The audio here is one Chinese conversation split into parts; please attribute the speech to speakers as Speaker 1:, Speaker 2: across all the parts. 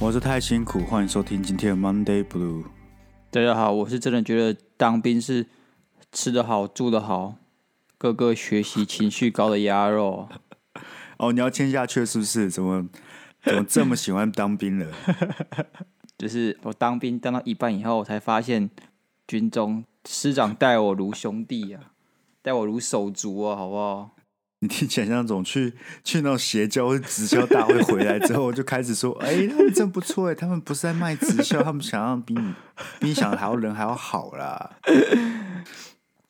Speaker 1: 我是太辛苦，欢迎收听今天的 Monday Blue。
Speaker 2: 大家好，我是真的觉得当兵是吃得好、住得好，各个学习情绪高的鸭肉。
Speaker 1: 哦，你要签下去是不是？怎么怎么这么喜欢当兵了？
Speaker 2: 就是我当兵当到一半以后，我才发现军中师长待我如兄弟啊，待我如手足啊，好不好？
Speaker 1: 你听起来像那种去去那种邪教或者直销大会回来之后，就开始说：“哎、 他们真不错哎，他们不是在卖直 销，他们想让比你比你想的还要人还要好啦。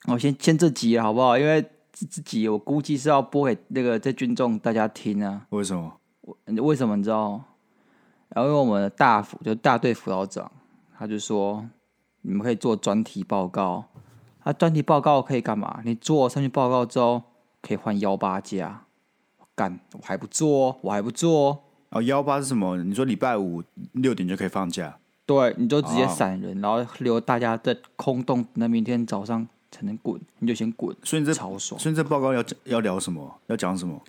Speaker 2: 我先签这集啊好不好？因为这这集我估计是要播给那个在军中大家听啊。”
Speaker 1: 为什么？
Speaker 2: 为什么你知道吗？然后因为我们的大辅就大队辅导长，他就说你们可以做专题报告。啊，专题报告可以干嘛？你做上去报告之后可以换幺八加。干，我还不做哦，我还不做哦。
Speaker 1: 哦，幺八是什么？你说礼拜五六点就可以放假？
Speaker 2: 对，你就直接
Speaker 1: 哦
Speaker 2: 闪人，然后留大家在空洞，那明天早上才能滚，你就先滚，
Speaker 1: 所以你这
Speaker 2: 超爽。
Speaker 1: 所以这报告要要聊什么？要讲什么？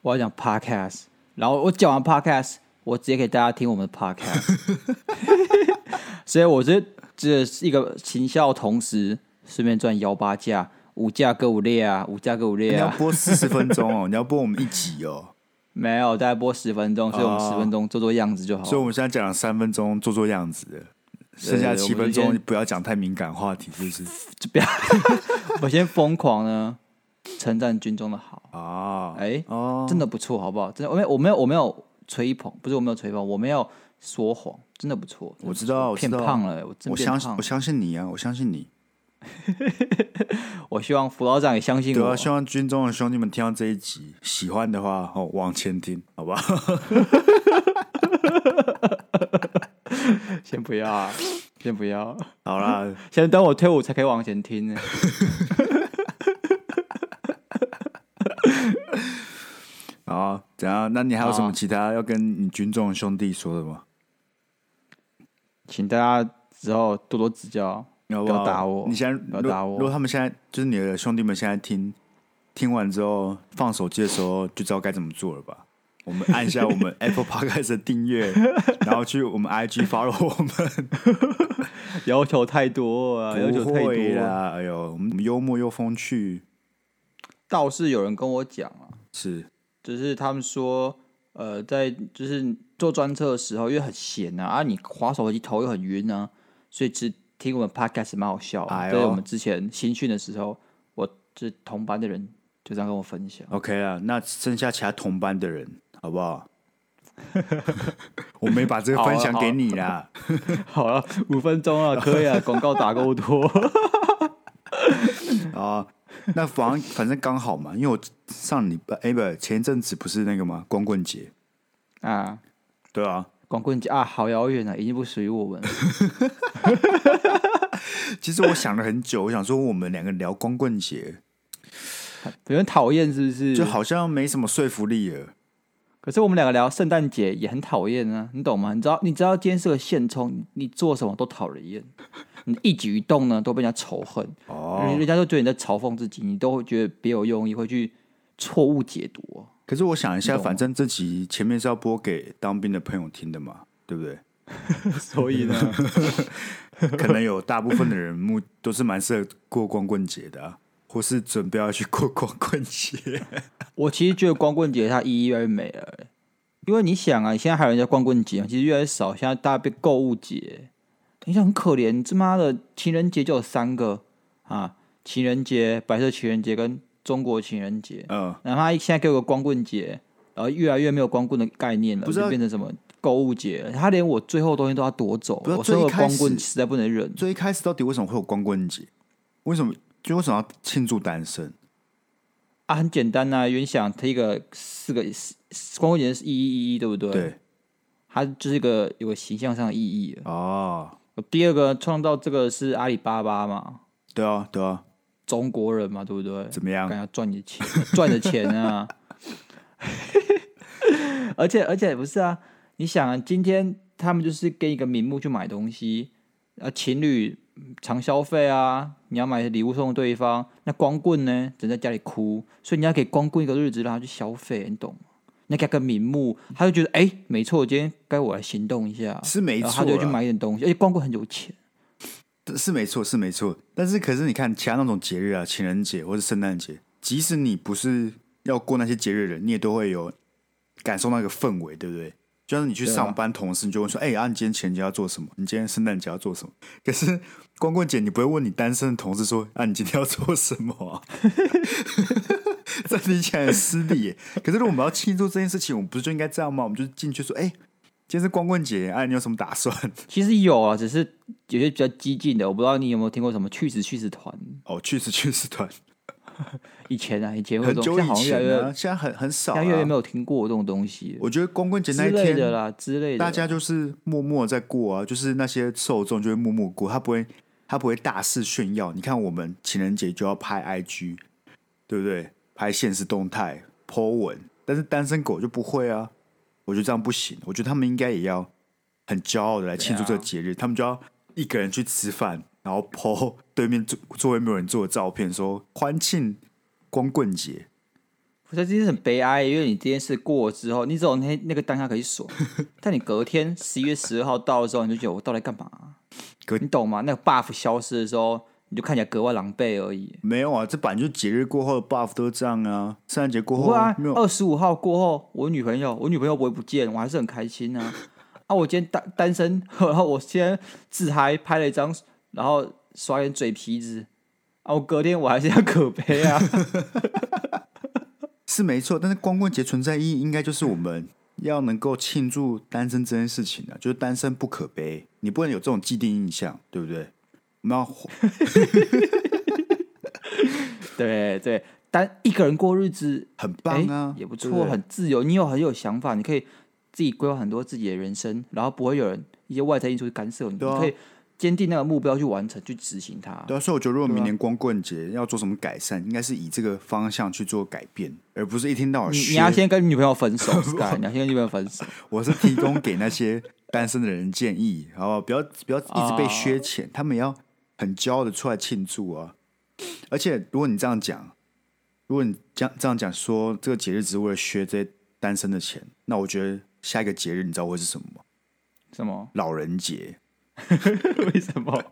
Speaker 2: 我要讲 podcast，然后我讲完 podcast，我直接给大家听我们的 podcast，所以我这这是一个行销，同时顺便赚幺八价、五价歌舞列啊，五价歌舞列
Speaker 1: 哎你要
Speaker 2: 啊，
Speaker 1: 播四十分钟哦，你要播我们一集哦。
Speaker 2: 没有，大概播十分钟，所以我们十分钟做做样子就好
Speaker 1: 所以。我们现在讲了三分钟做做样子的，剩下
Speaker 2: 对对
Speaker 1: 七分
Speaker 2: 我
Speaker 1: 钟
Speaker 2: 们
Speaker 1: 你不要讲太敏感话题，是不是？
Speaker 2: 我先疯狂呢称赞军中的好，
Speaker 1: 啊，
Speaker 2: 哎、
Speaker 1: 哦，
Speaker 2: 真的不错，好不好？真的，我没有，我没有，我没有吹捧，不是我没有吹捧，我没有说谎，真的不错。真
Speaker 1: 我
Speaker 2: 的不
Speaker 1: 知
Speaker 2: 错
Speaker 1: 道我知
Speaker 2: 变
Speaker 1: 道
Speaker 2: 胖了、我真
Speaker 1: 我
Speaker 2: 变
Speaker 1: 相信
Speaker 2: 胖
Speaker 1: 我
Speaker 2: 了。
Speaker 1: 相信你啊，我相信你。
Speaker 2: 我希望辅导长也相信
Speaker 1: 对
Speaker 2: 我。
Speaker 1: 啊，希望军中的兄弟们听到这一集，喜欢的话哦，往前听，好吧？
Speaker 2: 先不要啊，先不要，
Speaker 1: 好 啦，
Speaker 2: 先等我退伍才可以往前听呢。
Speaker 1: 好啊，怎样？那你还有什么
Speaker 2: 好啊
Speaker 1: 其他要跟你军中的兄弟说的吗？
Speaker 2: 请大家之后多多指教。
Speaker 1: 你好
Speaker 2: 不
Speaker 1: 不
Speaker 2: 要
Speaker 1: 好？
Speaker 2: 打我
Speaker 1: 你现在
Speaker 2: 不要
Speaker 1: 如
Speaker 2: 打我
Speaker 1: 如果他们现在就是你的兄弟们现在听听完之后放手机的时候，就知道该怎么做了吧？我们按一下我 们 Apple Podcast 的订阅，然后去我们 IG follow 我们。
Speaker 2: 要求太多啊，要求
Speaker 1: 不
Speaker 2: 太
Speaker 1: 会
Speaker 2: 多了。
Speaker 1: 啦，哎呦，我们幽默又风趣，
Speaker 2: 倒是有人跟我讲啊，
Speaker 1: 是
Speaker 2: 就是他们说，呃，在就是做专车的时候，因为很闲啊，啊，你滑手机头又很晕啊，所以其实听我们 podcast 蛮好笑的。
Speaker 1: 哎呦
Speaker 2: 对，我们之前新训的时候，我就是同班的人就这样跟我分享。
Speaker 1: OK 啦。那剩下其他同班的人，好不 好？我没把这个分享给你啦。
Speaker 2: 好啊了，五分钟了，可以了，广告打够多。
Speaker 1: 啊，那反反正刚好嘛，因为我上礼拜哎不前一阵子不是那个吗？光棍节，
Speaker 2: 啊，
Speaker 1: 对啊，
Speaker 2: 光棍节啊，好遥远啊，已经不属于我们了。
Speaker 1: 其实我想了很久，我 想说我们两个聊光棍节，
Speaker 2: 有人讨厌是不是？
Speaker 1: 就。好像没什么说服力了。
Speaker 2: 可是我们两个聊圣诞节也很讨厌啊，你懂吗？你知道，你知道今天是个现充，你你做什么都讨人厌， 你一举一动呢都被人家仇恨，
Speaker 1: 哦，
Speaker 2: 人家都觉得你在嘲讽自己，你都会觉得别有用意，会去错误解读哦、
Speaker 1: 可是我想一下，
Speaker 2: 你懂吗
Speaker 1: 反正这集前面是要播给当兵的朋友听的嘛，对不对？
Speaker 2: 所以呢，
Speaker 1: 可能有大部分的人目都是蛮适合过光棍节的、啊，或是准备要去过光棍 节。
Speaker 2: 我其实觉得光棍节它意义越来越没了欸、因为你想啊，现在还有人家光棍节，其实越来越少，现在大家被购物节，你想很可怜，你他妈的情人节就有三个啊，情人节、白色情人节跟中国情人节，
Speaker 1: 嗯，
Speaker 2: 然后他现在给我个光棍节，然后越来越没有光棍的概念了，
Speaker 1: 不是啊
Speaker 2: 就变成什么购物节，他连我最后东西都要夺走，
Speaker 1: 不是啊
Speaker 2: 我身为
Speaker 1: 最一开
Speaker 2: 光
Speaker 1: 始
Speaker 2: 棍实在不能忍，
Speaker 1: 最一开始到底为什么会有光棍节？为什么就为什么要庆祝单身？
Speaker 2: 啊，很简单呐、啊，原想它一个四个四光棍节是一一一一，对不对？，
Speaker 1: 对，
Speaker 2: 它就是一个有个形象上的意义了。
Speaker 1: 哦，
Speaker 2: 第二个创造这个是阿里巴巴嘛，
Speaker 1: 对啊，对啊，
Speaker 2: 中国人嘛，对不对？
Speaker 1: 怎么样
Speaker 2: 敢？要赚你的钱， 赚你的钱啊！ 而且而且不是啊，你想啊，今天他们就是跟一个名目去买东西，啊，情侣常消费啊，你要买礼物送对方，那光棍呢，只能在家里哭，所以你要给光棍一个日子让他去消费，你懂吗？你要给他个名目，他就觉得哎、没错，今天该我来行动一下，
Speaker 1: 是没
Speaker 2: 然后
Speaker 1: 错
Speaker 2: 哦他就会去
Speaker 1: 啦，
Speaker 2: 买一点东西，而且光棍很有钱，
Speaker 1: 是没错，是没错。但是可是你看其他那种节日啊，情人节或是圣诞节，即使你不是要过那些节日的人，你也都会有感受那个氛围，对不对？就像是你去
Speaker 2: 对啊
Speaker 1: 上班，同事你就问说：“哎、啊，你今天情人节要做什么？你今天圣诞节要做什么？”可是光棍节，你不会问你单身的同事说：“啊，你今天要做什么、啊？” 这听起来很失礼耶。可是如果我们要庆祝这件事情，我们不是就应该这样吗？我们就进去说：“哎、今天是光棍节，哎、你有什么打算？”
Speaker 2: 其实有啊，只是有些比较激进的，我不知道你有没有听过什么去死去死团，
Speaker 1: 哦，去死去死团，
Speaker 2: 以前啊，以前会有
Speaker 1: 很
Speaker 2: 这种，
Speaker 1: 久
Speaker 2: 现在
Speaker 1: 以
Speaker 2: 好像越来
Speaker 1: 前
Speaker 2: 越，
Speaker 1: 了、现在很很少、
Speaker 2: 现
Speaker 1: 啊。
Speaker 2: 在越来越没有听过这种东西了
Speaker 1: 我觉得光棍节那
Speaker 2: 之
Speaker 1: 一
Speaker 2: 类的
Speaker 1: 天，
Speaker 2: 啦，之类的，
Speaker 1: 大家就是默默在过啊，就是那些受众就会默默过，他不会他不会大肆炫耀。你看我们情人节就要拍 IG，对不对？拍现实动态、po 文，但是单身狗就不会啊。我觉得这样不行，我觉得他们应该也要很骄傲的来庆祝
Speaker 2: 啊
Speaker 1: 这个节日，他们就要一个人去吃饭，然后 po 对面座座位没有人坐的照片，说欢庆光棍节。
Speaker 2: 我觉得这件事很悲哀，因为你这件事过了之后，你只有那那个当下可以 爽，但你隔天十一月十二号到的时候，你就觉得我到底干嘛、
Speaker 1: 隔
Speaker 2: 你懂吗？那个 buff 消失的时候，你就看起来格外狼狈而已。
Speaker 1: 没有啊，这本来就节日过后的 buff 都是这样啊，圣诞节过
Speaker 2: 不
Speaker 1: 后
Speaker 2: 会啊
Speaker 1: 没，有
Speaker 2: 二十五号过后，我女朋友，我女朋友不会不见，我还是很开心啊。 啊，我今天单单身，然后我今天自嗨拍了一张，然后刷点嘴皮子。啊，我隔天我还是要可悲啊。
Speaker 1: 是没错，但是光棍节存在意义应该就是我们要能够庆祝单身这件事情啊，就是单身不可悲，你不能有这种既定印象，对不对？我们要
Speaker 2: 对对，单一个人过日子
Speaker 1: 很棒啊
Speaker 2: 诶，也不
Speaker 1: 对
Speaker 2: 错，
Speaker 1: 对
Speaker 2: 很自由。你有很有想法，你可以自己规划很多自己的人生，然后不会有人一些外在因素去干涉你，
Speaker 1: 对啊
Speaker 2: 你可以坚定那个目标去完成，去执行它。
Speaker 1: 对啊，所以我觉得，如果明年光棍节要做什么改善，应该是以这个方向去做改变，而啊不是一天到晚
Speaker 2: 你
Speaker 1: 学
Speaker 2: 你要先跟女朋友分手 ，Sky，你要先跟女朋友分手。
Speaker 1: 我是提供给那 些单身的人建议，好不好？不要不要一
Speaker 2: 哦
Speaker 1: 直被削钱，他们也要很骄傲的出来庆祝啊！而且，如果你这样讲，如果你这样这样讲说这个节日只是为了削这些单身的钱，那我觉得下一个节日你知道会是什么吗？
Speaker 2: 什么？
Speaker 1: 老人 节。
Speaker 2: 为什么？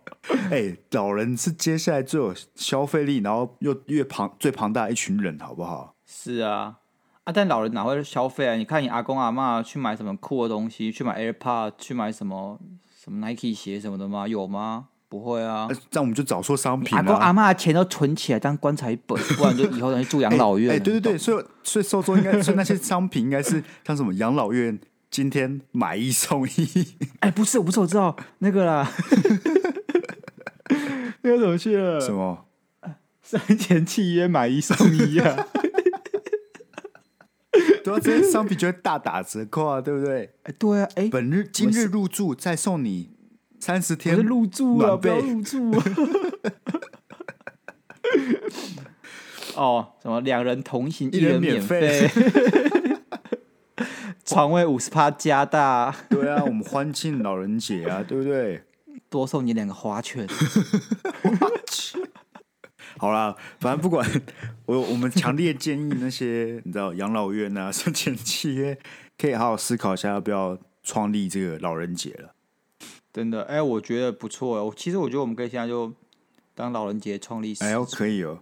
Speaker 1: 哎、老人是接下来最有消费力，然后又越庞最庞大的一群人，好不好？
Speaker 2: 是啊，啊，但老人哪会消费啊？你看你阿公阿妈去买什么酷的东西，去买 AirPod，去买什么什么 Nike 鞋什么的吗？有吗？不会啊。
Speaker 1: 呃这样我们就找错商品啊
Speaker 2: 阿公
Speaker 1: 了、
Speaker 2: 阿妈的钱都存起来当棺材本， 不然就以后等去住养老院。
Speaker 1: 哎、对对对，所以所以受众应该，所以那些商品应该是像什么养老院，今天买一送 一，
Speaker 2: 哎、不是，我不是，我知道那 个啦，那个怎么去了？
Speaker 1: 什么
Speaker 2: 三前契约买一送 一啊！呃
Speaker 1: 对啊，这些商品就会大打折扣啊，对不对？
Speaker 2: 哎、对啊，哎、
Speaker 1: 本日今日入住再送你三十
Speaker 2: 我
Speaker 1: 天
Speaker 2: 是，入 住啊，
Speaker 1: 暖
Speaker 2: 不要
Speaker 1: 被
Speaker 2: 入住啊！ 哦，什么两人同行
Speaker 1: 一人
Speaker 2: 人
Speaker 1: 免
Speaker 2: 免费， 床位五十趴加大，
Speaker 1: 对啊，我们欢庆老人节啊，对不对？
Speaker 2: 多送你两个花 圈。
Speaker 1: 好啦，反正不管我，我们强烈建议那些你知道养老院啊、生前契约，可以好好思考一下要不要创立这个老人节了。
Speaker 2: 真的，哎、我觉得不错哦。其实我觉得我们可以现在就当老人节创立。
Speaker 1: 哎呦，可以哦。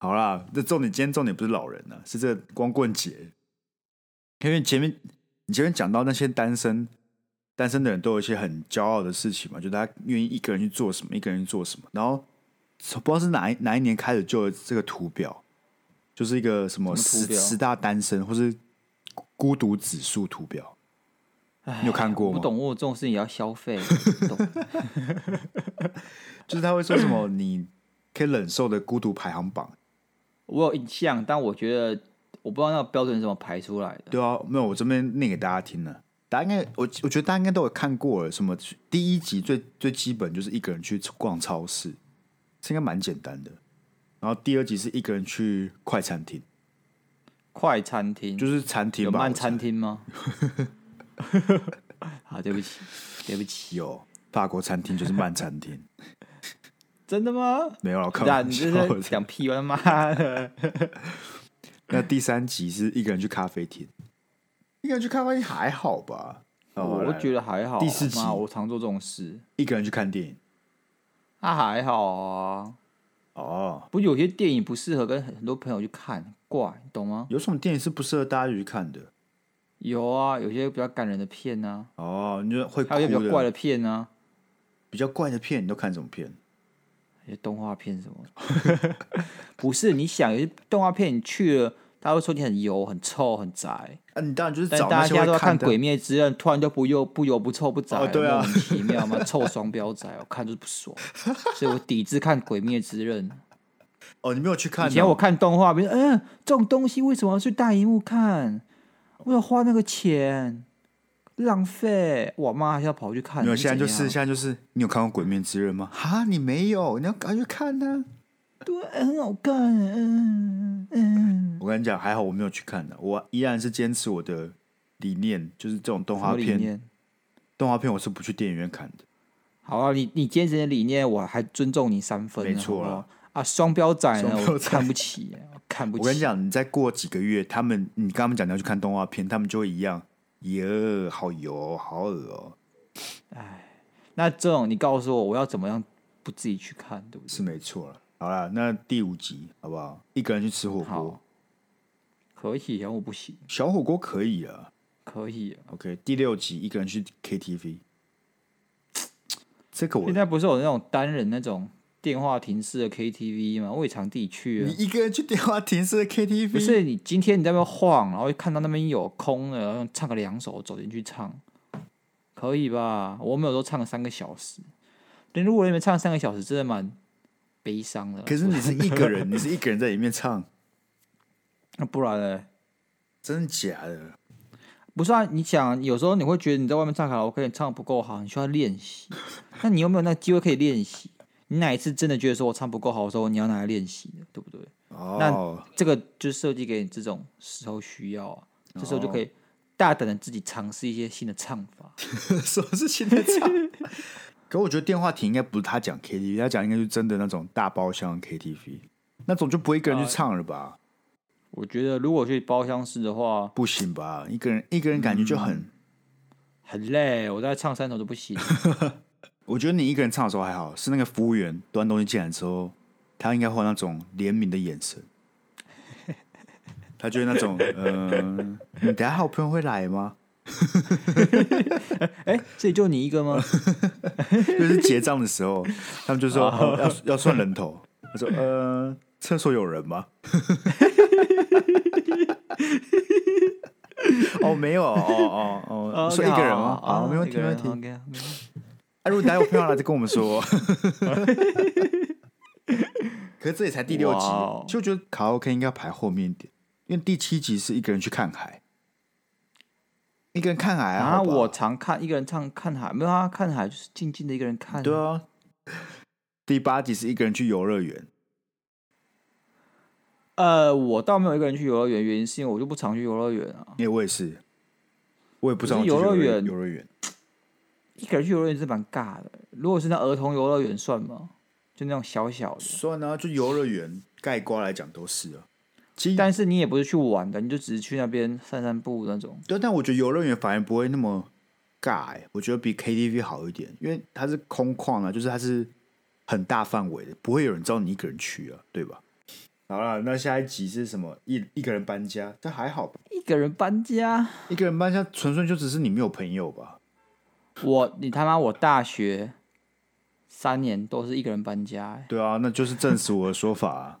Speaker 1: 好啦，这重点今天重点不是老人啊，是这光棍节。因为前面你前面讲到那些单身单身的人都有一些很骄傲的事情嘛，就他愿意一个人去做什么，一个人去做什么。然后不知道是哪一哪一年开始就有这个图表，就是一个什么
Speaker 2: 什么
Speaker 1: 十
Speaker 2: 图表
Speaker 1: 十大单身或是孤独指数图表，你有看过
Speaker 2: 哎我
Speaker 1: 吗
Speaker 2: 不？懂，我有这种事情也要消费，不 懂。
Speaker 1: 就是他会说什么 你可以忍受的孤独排行榜，
Speaker 2: 我有印象，但我觉得我不知道那个标准是怎么排出来的。
Speaker 1: 对啊，没有，我这边念给大家听了。大家应该，我我觉得大家应该都有看过了。什么第一集最最基本就是一个人去逛超市，这应该蛮简单的。然后第二集是一个人去快餐厅，
Speaker 2: 快餐厅
Speaker 1: 就是餐厅
Speaker 2: 有
Speaker 1: 吧，
Speaker 2: 慢
Speaker 1: 我猜
Speaker 2: 餐厅 吗？ 好，对不起，对不起。
Speaker 1: 有法国餐厅就是慢餐厅。
Speaker 2: 真的吗？
Speaker 1: 没有了，开
Speaker 2: 对啊，
Speaker 1: 玩
Speaker 2: 你
Speaker 1: 笑
Speaker 2: 这
Speaker 1: 的
Speaker 2: 是讲屁，我 他妈的！
Speaker 1: 那第三集是一个人去咖啡厅，一个人去咖啡厅还好吧？哦，
Speaker 2: 我觉
Speaker 1: 得
Speaker 2: 得还好。啊
Speaker 1: 第四集
Speaker 2: 妈我常做这种事，
Speaker 1: 一个人去看电影，
Speaker 2: 啊还好啊。
Speaker 1: 哦，
Speaker 2: 不，有些电影不适合跟很很多朋友去看，怪，你懂吗？
Speaker 1: 有什么电影是不适合大家一起去看的？
Speaker 2: 有啊，有些比较感人的片啊，
Speaker 1: 哦，你就会哭
Speaker 2: 还有一些比较怪
Speaker 1: 的，
Speaker 2: 的片啊，
Speaker 1: 比较怪的片，你都看什么片？
Speaker 2: 有些动画片什么 的。不是，你想，有些动画片你去了，大家会说你很油、很臭、很宅，
Speaker 1: 啊，你当然就是
Speaker 2: 但
Speaker 1: 找
Speaker 2: 大
Speaker 1: 那
Speaker 2: 家
Speaker 1: 些
Speaker 2: 现在都
Speaker 1: 会
Speaker 2: 要看
Speaker 1: 看
Speaker 2: 《
Speaker 1: 的
Speaker 2: 鬼灭之刃》，突然就不油、不油、不臭、不宅，
Speaker 1: 哦对啊
Speaker 2: 莫名其妙嘛，臭 双标仔，我看就是不爽，所以我抵制看《鬼灭之刃》。
Speaker 1: 哦，你没有去看哦？
Speaker 2: 以前我看动画，比如嗯，这种东西为什么要去大荧幕看？为了花那个钱，浪费。我妈还是要跑去看。
Speaker 1: 没有，现在就
Speaker 2: 怎
Speaker 1: 是
Speaker 2: 样啊
Speaker 1: 现在就是，你有看过《鬼面之刃》吗？哈，你没有，你要赶快去看啊呢、
Speaker 2: 对，很好看，嗯嗯。
Speaker 1: 我跟你讲，还好我没有去看的，我依然是坚持我的理念，就是这种动
Speaker 2: 什么
Speaker 1: 画
Speaker 2: 理
Speaker 1: 片，
Speaker 2: 念？
Speaker 1: 动画片我是不去电影院看的。
Speaker 2: 好啊，你你坚持你的理念，我还尊重你三分呢。
Speaker 1: 没错
Speaker 2: 好不
Speaker 1: 啦
Speaker 2: 好啊，双标仔呢，
Speaker 1: 双
Speaker 2: 我
Speaker 1: 标仔
Speaker 2: 看不起，我看不起。
Speaker 1: 我跟你，讲，你再过几个月，他们你跟他们讲你要去看动画片，他们就会一样，耶，好油哦，好恶哦，
Speaker 2: 那这种你告诉我，我要怎么样不自己去看，对不对？
Speaker 1: 是没错了。好啦，那第五集好不好？一个人去吃火锅
Speaker 2: 好，，可以啊，我不行，
Speaker 1: 小火锅可以啊。
Speaker 2: 可以啊。
Speaker 1: OK，第六集一个人去 KTV，这个我
Speaker 2: 现在不是有那种单人那种电话亭式的 KTV 吗？我也常自己去
Speaker 1: 你
Speaker 2: 啊。
Speaker 1: 一个人去电话亭式的 KTV，
Speaker 2: 不是你今天你在那边晃，然后看到那边有空的，然后唱个两首，走进去唱，可以吧？我们有时候唱了三个小时，但如果你们唱三个小时，真的蛮悲伤的啦。
Speaker 1: 可是你是一个人， 你是一个人在里面唱，
Speaker 2: 那不然呢？
Speaker 1: 真的假的？
Speaker 2: 不是啊，你想有时候你会觉得你在外面唱卡拉 OK 你唱的不够好，你需要练习。那你有没有那个机会可以练习？你哪一次真的觉得说我唱不够好的时候，你要拿来练习的，对不对？
Speaker 1: 哦，
Speaker 2: 这个就是设计给你这种时候需要啊，这时候就可以大胆的自己尝试一些新的唱法。
Speaker 1: 什么是现在唱？ 可我觉得电话亭应该不是他讲 KTV，他讲应该是真的那种大包厢 KTV，那种就不会一个人去唱了吧？
Speaker 2: 我觉得如果去包厢式的话，
Speaker 1: 不行吧？一个人一个人感觉就很，
Speaker 2: 很累，我大概唱三首都不行。
Speaker 1: 我觉得你一个人唱的时候还好，是那个服务员端东西进来之后，他应该会有那种怜悯的眼神。他就会那种，嗯、你等一下好朋友会来吗？
Speaker 2: 哎、这里就你一个 吗？
Speaker 1: 就是结账的时候，他们就说、哦要要算人头。他说：“呃，厕所有人吗？”哦，没有，哦哦哦，说一个人吗？啊，没问题，没问题。
Speaker 2: OK，
Speaker 1: 哎，如果大家有朋友来，再跟我们说。 可是这也才第六集
Speaker 2: 哇哦，
Speaker 1: 其实我觉得卡拉 OK 应该排后面一点，因为第七集是一个人去看海，一个人看海
Speaker 2: 啊，
Speaker 1: 好吧
Speaker 2: 我常看一个人唱看海，没有啊，看海就是静静的一个人看。
Speaker 1: 对啊。第八集是一个人去游乐园，
Speaker 2: 呃，我倒没有一个人去游乐园，原因是因为我就不常去游乐园啊。
Speaker 1: 因为我也是，我也不知道
Speaker 2: 可是游乐园
Speaker 1: 游乐园
Speaker 2: 一个人去游乐园是蛮尬的。如果是那儿童游乐园算吗？就那种小小的，
Speaker 1: 算啊，就游乐园盖瓜来讲都是啊。其实，
Speaker 2: 但是你也不是去玩的，你就只是去那边散散步那种。
Speaker 1: 但但我觉得游乐园反而不会那么尬、欸，我觉得比 KTV 好一点，因为它是空旷啊，就是它是很大范围的，不会有人知道你一个人去啊，对吧？好了，那下一集是什么？一一个人搬家，但还好吧？
Speaker 2: 一个人搬家，
Speaker 1: 一个人搬家，纯粹就只是你没有朋友吧？
Speaker 2: 我你他妈我大学三年都是一个人搬家、欸，
Speaker 1: 对啊，那就是证实我的说法、 啊。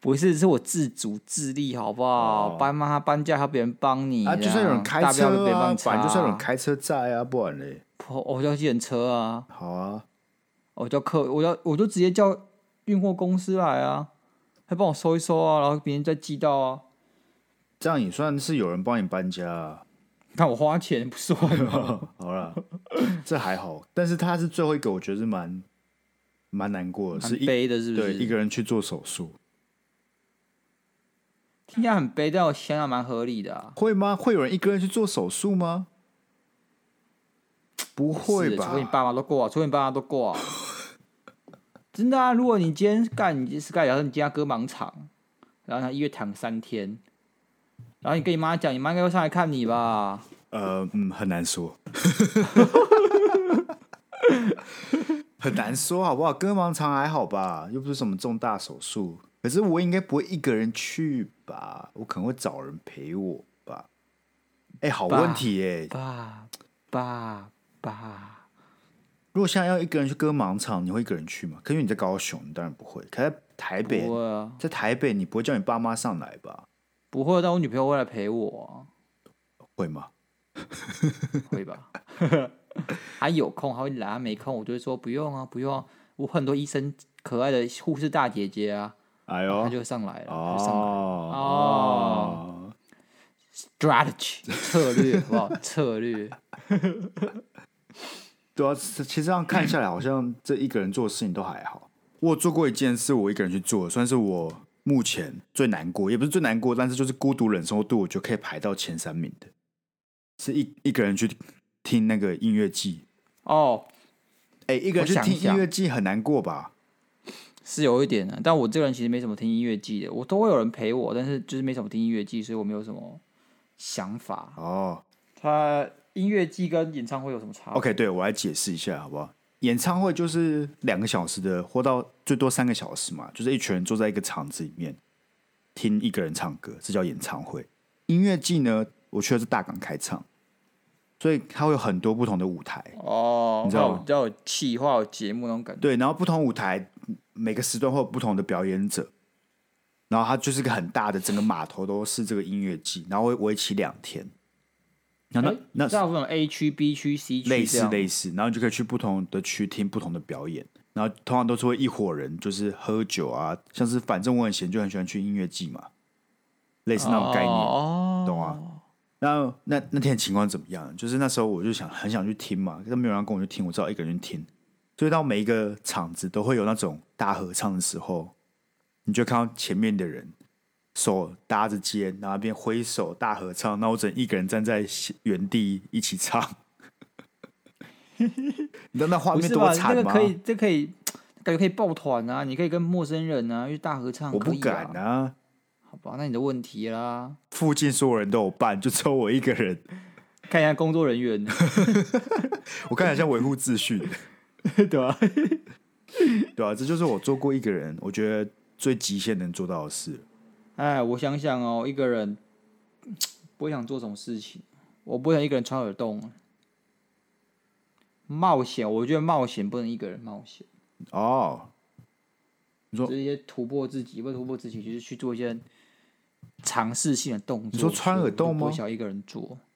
Speaker 2: 不是是我自主自立，好不好？
Speaker 1: 哦
Speaker 2: 搬妈搬家还要别人帮你
Speaker 1: 啊，
Speaker 2: 这
Speaker 1: 就
Speaker 2: 样
Speaker 1: 算有人开
Speaker 2: 大不了就
Speaker 1: 车
Speaker 2: 别人帮
Speaker 1: 啊
Speaker 2: 你，
Speaker 1: 反正就是有人
Speaker 2: 擦
Speaker 1: 开车在啊，不然嘞，
Speaker 2: 我我叫计程车啊，
Speaker 1: 好啊，
Speaker 2: 我叫客，我要我就直接叫运货公司来啊，他帮我收一收啊，然后别人再寄到啊。
Speaker 1: 这样也算是有人帮你搬家、啊。
Speaker 2: 看我花钱不算吗？
Speaker 1: 好了， 这还好，但是他是最后一个，我觉得是蛮蛮难过的， 是
Speaker 2: 很
Speaker 1: 一
Speaker 2: 悲的，是不
Speaker 1: 对
Speaker 2: 是？
Speaker 1: 一个人去做手术，
Speaker 2: 听起来很悲，但我想想蛮合理的、啊。
Speaker 1: 会吗？会有人一个人去做手术吗？不会
Speaker 2: 是除非你
Speaker 1: 吧？
Speaker 2: 爸妈都挂，除非你爸妈都挂， 真的啊！如果你今天干你 Sky，然后你今天要割盲肠，然后他医院躺三天，然后你跟你妈讲，你妈应该会上来看你吧？
Speaker 1: 呃，嗯，很难 说，很难说，好不好？割盲肠还好吧，又不是什么重大手术。可是我应该不会一个人去吧？我可能会找人陪我吧。哎、好
Speaker 2: 吧
Speaker 1: 问题耶、
Speaker 2: 爸爸爸，
Speaker 1: 如果现在要一个人去割盲肠，你会一个人去吗？可是因为你在高雄，你当然不会。可是在台
Speaker 2: 不
Speaker 1: 北，
Speaker 2: 会啊，
Speaker 1: 在台北你不会叫你爸妈上来吧？
Speaker 2: 不会。但我女朋友会来陪我
Speaker 1: 会吗？
Speaker 2: 啊，会吧？ 她有空，她会来；她没空，我就会说不用啊，不用啊、我很多医生可爱的护士大姐姐啊，
Speaker 1: 哎
Speaker 2: 她
Speaker 1: 呦，
Speaker 2: 就会上来了，她就上来了。
Speaker 1: 哦
Speaker 2: strategy 策略，好不好？策略。
Speaker 1: 对啊，其其实这样看下来，好像这一个人做的事情都还好。我有做过一件事，我一个人去做的，算是我目前最难过，也不是最难过，但是就是孤独忍受度，我觉得可以排到前三名的，是一一个人去听那个音乐季。
Speaker 2: 哦，
Speaker 1: 哎、一个人去
Speaker 2: 我想一
Speaker 1: 听
Speaker 2: 想
Speaker 1: 音乐季很难过吧？
Speaker 2: 是有一点的，但我这个人其实没怎么听音乐季的，我都会有人陪我，但是就是没怎么听音乐季，所以我没有什么想法。
Speaker 1: 哦
Speaker 2: 他音乐季跟演唱会有什么差别
Speaker 1: ，OK，对我来解释一下好不好？演唱会就是两个小时的，或到最多三个小时嘛，就是一群人坐在一个场子里面听一个人唱歌，这叫演唱会。音乐季呢，我去的是大港开唱，所以它会有很多不同的舞台，
Speaker 2: 哦，
Speaker 1: 你知道吗
Speaker 2: 比较有气化、有节目那种感觉。
Speaker 1: 对，然后不同舞台每个时段会有不同的表演者，然后它就是个很大的，整个码头都是这个音乐季，然后会为期两天。然后
Speaker 2: 诶
Speaker 1: 那那
Speaker 2: 大部分有 A 区、B 区、C 区
Speaker 1: 类
Speaker 2: 这
Speaker 1: 似
Speaker 2: 样。
Speaker 1: 类似，然后你就可以去不同的区听不同的表演，然后通常都是会一伙人，就是喝酒啊，像是反正我很闲，就很喜欢去音乐季嘛，类似那种概念，
Speaker 2: 哦，
Speaker 1: 懂吗？那那那天的情况怎么样？就是那时候我就想很想去听嘛，但没有人跟我去听，我只好一个人去听。所以到每一个场子都会有那种大合唱的时候，你就看到前面的人手搭着肩，然后边挥手大合唱，那我整一个人站在原地一起唱。 你知道那画
Speaker 2: 不
Speaker 1: 面
Speaker 2: 是
Speaker 1: 多
Speaker 2: 吧？这
Speaker 1: 惨
Speaker 2: 个
Speaker 1: 吗？
Speaker 2: 可以，这可以，感觉可以抱团啊！你可以跟陌生人啊，去大合唱。
Speaker 1: 我不
Speaker 2: 可以
Speaker 1: 敢
Speaker 2: 啊！
Speaker 1: 啊！
Speaker 2: 好吧，那你的问题啦，
Speaker 1: 附近所有人都有伴，就只有我一个人，
Speaker 2: 看一下工作人员。
Speaker 1: 我看起来像维护秩序的。
Speaker 2: 对啊吧、
Speaker 1: 对啊，这就是我做过一个人，我觉得最极限能做到的事了。
Speaker 2: 哎，我想想哦，一个人不会想做什么事情，我不想一个人穿耳洞。冒险，我觉得冒险不能一个人冒险，
Speaker 1: 哦，你说
Speaker 2: 就是一些突破自己，不是突破自己，就是去做一些尝试性的动作。
Speaker 1: 你说穿耳洞吗
Speaker 2: 所以我就不会想一个人做，哎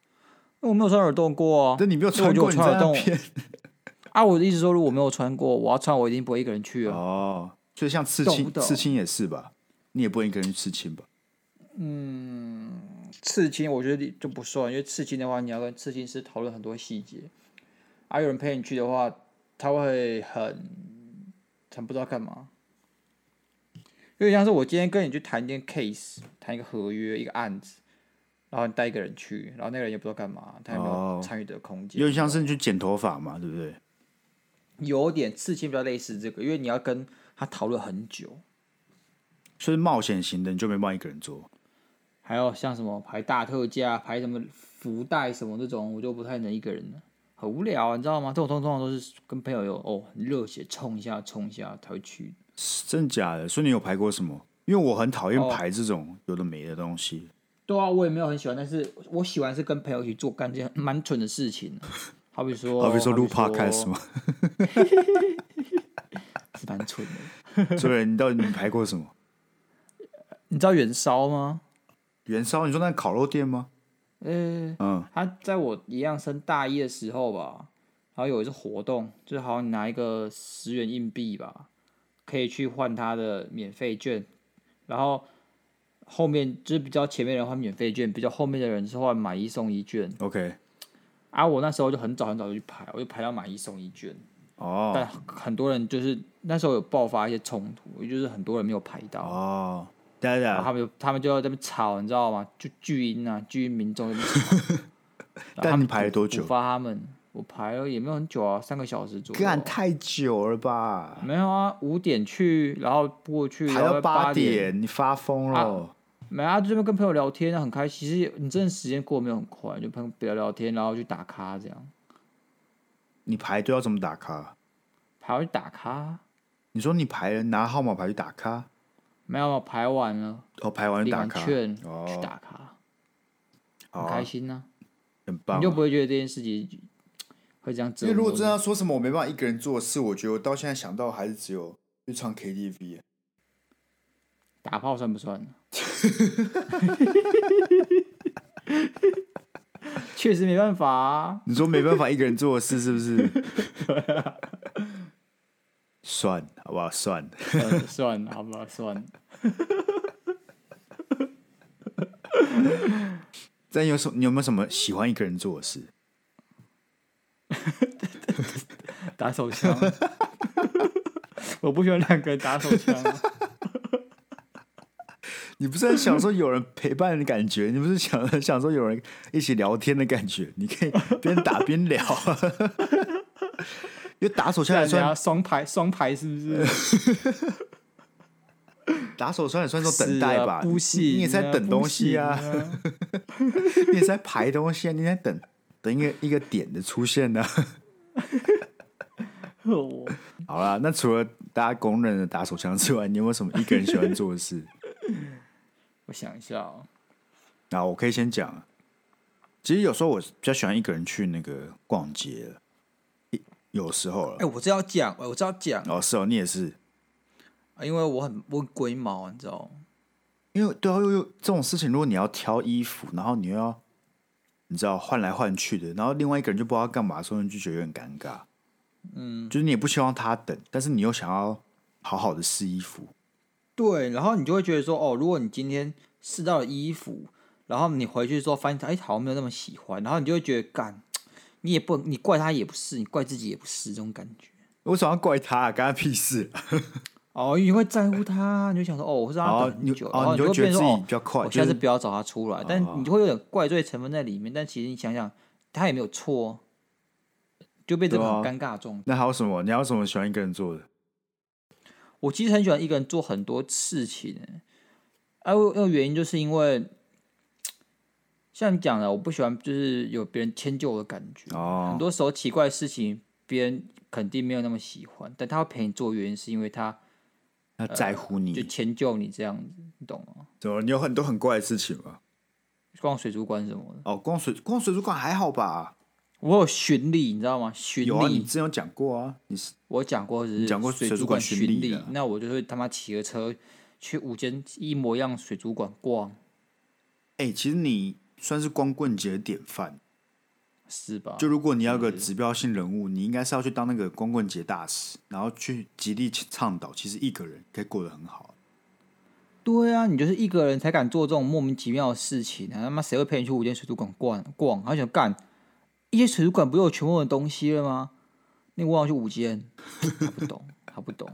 Speaker 2: 那我没有穿耳洞过、啊。
Speaker 1: 那你没有穿
Speaker 2: 那
Speaker 1: 过，
Speaker 2: 我
Speaker 1: 你
Speaker 2: 就
Speaker 1: 在
Speaker 2: 有穿
Speaker 1: 那
Speaker 2: 耳洞
Speaker 1: 边
Speaker 2: 啊，我的意思说，如果我没有穿过，我要穿，我一定不会一个人去啊。
Speaker 1: 哦，所以像刺
Speaker 2: 懂
Speaker 1: 青
Speaker 2: 不，懂
Speaker 1: 刺青也是吧？你也不能一个人去刺青吧？
Speaker 2: 刺青我觉得就不算，因为刺青的话，你要跟刺青师讨论很多细节，啊而、有人陪你去的话，他会很很不知道干嘛。有点像是我今天跟你去谈一件 case，谈一个合约，一个案子，然后你带一个人去，然后那个人也不知道干嘛，他也没
Speaker 1: 哦
Speaker 2: 有参与的空间。
Speaker 1: 有点像是你去剪头发嘛，对不对？
Speaker 2: 有点刺青比较类似这个，因为你要跟他讨论很久。
Speaker 1: 所以冒险型的你就没办法一个人做。
Speaker 2: 还有像什么排大特价、排什么福袋什么这种，我就不太能一个人了，很无聊、啊，你知道吗？这种通通常都是跟朋友有哦，很热血冲一下冲一下才会去。
Speaker 1: 真的假的？所以你有排过什么？因为我很讨厌
Speaker 2: 哦
Speaker 1: 排这种有的没的东西。
Speaker 2: 对啊，我也没有很喜欢，但是我喜欢是跟朋友一起做干这件蛮蠢的事情，哦好比说，
Speaker 1: 好比说录 podcast
Speaker 2: 吗？
Speaker 1: 嘛，
Speaker 2: 是蛮蠢的。
Speaker 1: 所以你到底你排过什么？
Speaker 2: 你知道元宵吗？
Speaker 1: 元宵？你说那烤肉店吗？
Speaker 2: 呃，
Speaker 1: 嗯，
Speaker 2: 他在我一样升大一的时候吧，然后有一次活动，就是好像你拿一个十元硬币吧，可以去换他的免费券，然后后面就是比较前面的人换免费券，比较后面的人是换买一送一券。
Speaker 1: OK，
Speaker 2: 啊，我那时候就很早很早就去排，我就排到买一送一券，
Speaker 1: 哦
Speaker 2: 但很多人就是那时候有爆发一些冲突，也就是很多人没有排到。
Speaker 1: 哦，大
Speaker 2: 然
Speaker 1: 家
Speaker 2: 后他们就他们就在那边吵，你 知道吗？就巨婴啊，巨婴民众在那边吵。然后
Speaker 1: 但
Speaker 2: 他
Speaker 1: 你
Speaker 2: 们
Speaker 1: 排了
Speaker 2: 处
Speaker 1: 多久
Speaker 2: 处罚他们，我排了也没有很久啊，三个小时左右。
Speaker 1: 干太久了吧？
Speaker 2: 没有啊，五点去，然后过去，
Speaker 1: 排
Speaker 2: 然后
Speaker 1: 到八
Speaker 2: 点，
Speaker 1: 点，你发疯了？
Speaker 2: 没啊，就这边跟朋友聊天，很开心。其实你真的时间过得没有很快，就朋友聊聊天，然后去打卡这样，
Speaker 1: 你排队要怎么打卡？
Speaker 2: 排完去打卡，
Speaker 1: 你说你排了拿号码牌去打卡，
Speaker 2: 没有啊排完了，
Speaker 1: 哦，排完就
Speaker 2: 领
Speaker 1: 打
Speaker 2: 完
Speaker 1: 卡，
Speaker 2: 券
Speaker 1: 哦
Speaker 2: 去打卡，
Speaker 1: 好
Speaker 2: 很
Speaker 1: 啊
Speaker 2: 开，心呢、
Speaker 1: 很
Speaker 2: 你
Speaker 1: 棒
Speaker 2: 就
Speaker 1: 啊。
Speaker 2: 不会觉得这件事情会这样折
Speaker 1: 因为
Speaker 2: 磨你。
Speaker 1: 如果真的要说什么我没办法一个人做的事，我觉得我到现在想到还是只有去唱 KTV。
Speaker 2: 打炮算不算？ 确实没办法、 啊，
Speaker 1: 你说没办法一个人做的事是不 是？算，好不好？算。
Speaker 2: 算呃算了好不好？算了，
Speaker 1: 但有什你有没有什么喜欢一个人做的事？
Speaker 2: 打手枪， 我不喜欢两个人打手枪啊、
Speaker 1: 你不是很享受有人陪伴的感觉？你不是想很享受有人一起聊天的感觉？你可以边打边聊， 因为打手枪
Speaker 2: 这
Speaker 1: 也算呃
Speaker 2: 样子啊，双排双排是不是？
Speaker 1: 打手枪也算是种等待吧？
Speaker 2: 是啊不行、
Speaker 1: 你你也在等东西
Speaker 2: 啊
Speaker 1: 啊，
Speaker 2: 不行啊。
Speaker 1: 你也在排东西啊，你在等等一个一个点的出现啊呢、
Speaker 2: 我
Speaker 1: 好啦，那除了大家公认的打手枪之外，你有没有什么一个人喜欢做的事？
Speaker 2: 我想一下、哦，
Speaker 1: 啊，我可以先讲啊。其实有时候我比较喜欢一个人去那个逛街了，一有时候
Speaker 2: 哎、
Speaker 1: 了。
Speaker 2: 我知道讲，哎我知道讲，
Speaker 1: 哦，是哦，你也是，
Speaker 2: 因为我很我很龟毛，你知道吗？
Speaker 1: 因为对啊，又又这种事情，如果你要挑衣服，然后你又要你知道换来换去的，然后另外一个人就不知道干嘛，所以你就觉得有点尴尬。嗯，就是你也不希望他等，但是你又想要好好的试衣服。
Speaker 2: 对，然后你就会觉得说，哦，如果你今天试到了衣服，然后你回去之后发现它，哎，好像没有那么喜欢，然后你就会觉得，干，你也不，你怪他也不是，你怪自己也不是，这种感觉。
Speaker 1: 为什么要怪他、啊？干他屁事、啊！
Speaker 2: 哦，你会在乎他，你就想说，哦，我是让他
Speaker 1: 哦
Speaker 2: 等
Speaker 1: 你
Speaker 2: 很久，然
Speaker 1: 哦，
Speaker 2: 后
Speaker 1: 你
Speaker 2: 就
Speaker 1: 就
Speaker 2: 会
Speaker 1: 觉
Speaker 2: 变
Speaker 1: 得
Speaker 2: 成
Speaker 1: 自
Speaker 2: 说，
Speaker 1: 己
Speaker 2: 哦
Speaker 1: 比较快，
Speaker 2: 我
Speaker 1: 就
Speaker 2: 下次
Speaker 1: 是啊
Speaker 2: 不要找他出来，但你就会有点怪罪成分在里面，但其实你想想，他也没有错，哦就变成
Speaker 1: 对
Speaker 2: 很
Speaker 1: 啊
Speaker 2: 尴尬的状态。
Speaker 1: 那还有什么？你还有什么喜欢一个人做的？
Speaker 2: 我其实很喜欢一个人做很多事情、欸，啊，我那个原因就是因为，像你讲的，我不喜欢就是有别人迁就我的感觉。
Speaker 1: 哦
Speaker 2: 很多时候奇怪的事情，别人肯定没有那么喜欢，但他会陪你做，原因是因为他
Speaker 1: 他在乎
Speaker 2: 呃就
Speaker 1: 你，
Speaker 2: 迁就你这样子，你懂吗？
Speaker 1: 怎么？你有很多很怪的事情吗？
Speaker 2: 逛水族馆什么的，
Speaker 1: 哦，光水光水族馆还好吧？
Speaker 2: 我有巡礼，你知道吗？巡
Speaker 1: 有啊，你
Speaker 2: 礼、
Speaker 1: 之前有讲过啊，你是
Speaker 2: 我讲过是
Speaker 1: 讲过
Speaker 2: 水
Speaker 1: 水族
Speaker 2: 族
Speaker 1: 馆
Speaker 2: 馆
Speaker 1: 巡
Speaker 2: 巡
Speaker 1: 礼
Speaker 2: 礼
Speaker 1: 的，啊
Speaker 2: 那我就是他妈骑着车去五间一模一样水族馆逛，
Speaker 1: 哎、其实你算是光棍节的典范。
Speaker 2: 是吧？
Speaker 1: 就如果你要有个指标性人物，你应该是要去当那个光棍节大使，然后去极力倡导，其实一个人可以过得很好。
Speaker 2: 对啊，你就是一个人才敢做这种莫名其妙的事情啊！他妈谁会陪你去五间水族馆逛逛？还想干？一些水族馆不是有全部的东西了吗？那我要去五间，他不懂， 他不懂。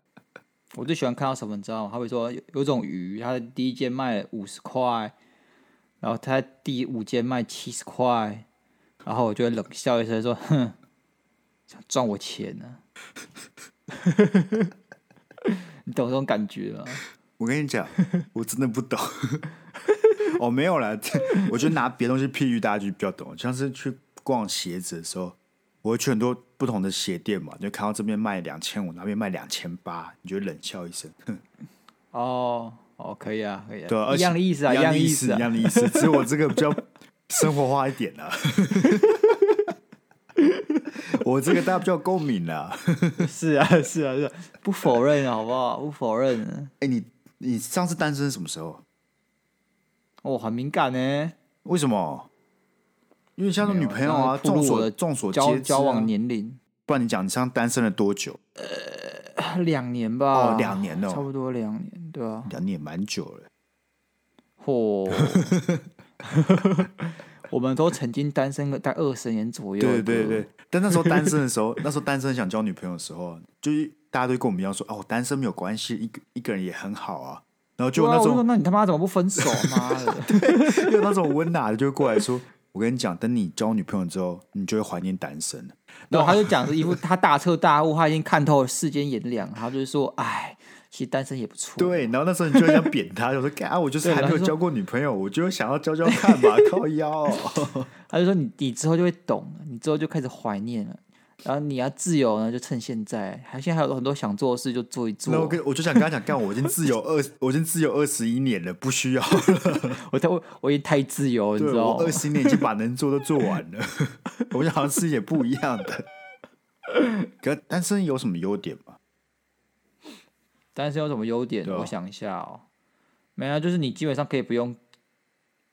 Speaker 2: 我最喜欢看到什么，你知道吗？他会说有有种鱼，它的第一间卖五十块，然后它第五间卖七十块，然后我就会冷笑一声说：“哼，想赚我钱呢、 你懂这种感觉吗？
Speaker 1: 我跟你讲，我真的不懂。 哦，没有啦，我觉得拿别的东西譬喻大家就比较懂。像是去逛鞋子的时候，我会去很多不同的鞋店嘛，就看到这边卖两千五，那边卖两千八，你就会冷笑一声。
Speaker 2: 哦哦，可以啊，可以啊，
Speaker 1: 对啊，而
Speaker 2: 一
Speaker 1: 且
Speaker 2: 样的意思啊，
Speaker 1: 一样
Speaker 2: 的
Speaker 1: 意
Speaker 2: 思
Speaker 1: 一
Speaker 2: 啊。
Speaker 1: 样的意思。只是我这个比较 生活化一点啊啦、 我这个大家比较有共鸣啦。
Speaker 2: 是啊，是啊，是啊，不否认啊，好不好？不否认啊，
Speaker 1: 哎、你你上次单身什么时候？
Speaker 2: 哦，很敏感呢，
Speaker 1: 为什么？因为像是女朋友啊，
Speaker 2: 没
Speaker 1: 众
Speaker 2: 有这样暴露我
Speaker 1: 所
Speaker 2: 的
Speaker 1: 众所皆知、
Speaker 2: 交
Speaker 1: 啊。
Speaker 2: 交往年龄
Speaker 1: 不然你讲你上单身了多久？
Speaker 2: 两年吧，
Speaker 1: 哦两年哦
Speaker 2: 差不多两年，对吧、啊？
Speaker 1: 两年也蛮久了。
Speaker 2: 嚯、 我们都曾经单身个大概二十年左右，
Speaker 1: 对对对，对，但那时候单身的时 候，那时候单身想交女朋友的时候，就是大家都跟我们一样说，哦，单身没有关系，一个一个人也很好啊。然后就
Speaker 2: 对
Speaker 1: 那
Speaker 2: 啊，我就
Speaker 1: 种 啊
Speaker 2: 说那你他妈怎么不分手？妈的，
Speaker 1: 有那种温拿的就会过来说：“我跟你讲，等你交女朋友之后，你就会怀念单身。
Speaker 2: 然后他就讲是一副他大彻大悟，他已经看透世间炎凉，他就是说，哎，其实单身也不错。
Speaker 1: 对，然后那时候你就会想扁他，就说：“干啊，我就是还没有交过女朋友，我就想要交交看 吧，靠腰。
Speaker 2: 他就说你你之后就会懂了，你之后就开始怀念了。然后你要自由呢，就趁现在，还现在还有很多想做的事就做一”
Speaker 1: 那我
Speaker 2: 做。
Speaker 1: 跟我就想跟他讲，干，我已经自由二，我已经自由二十一年了，不需要。
Speaker 2: 我太我我已经太自由了，你
Speaker 1: 对
Speaker 2: 知道
Speaker 1: 我
Speaker 2: 吗
Speaker 1: 二？十年已经把能做都做完 了， 我想好像是也不一样的。可单身有什么优点吗？
Speaker 2: 单身有什么优点？
Speaker 1: 对啊
Speaker 2: 我想一下哦，没啊，就是你基本上可以不用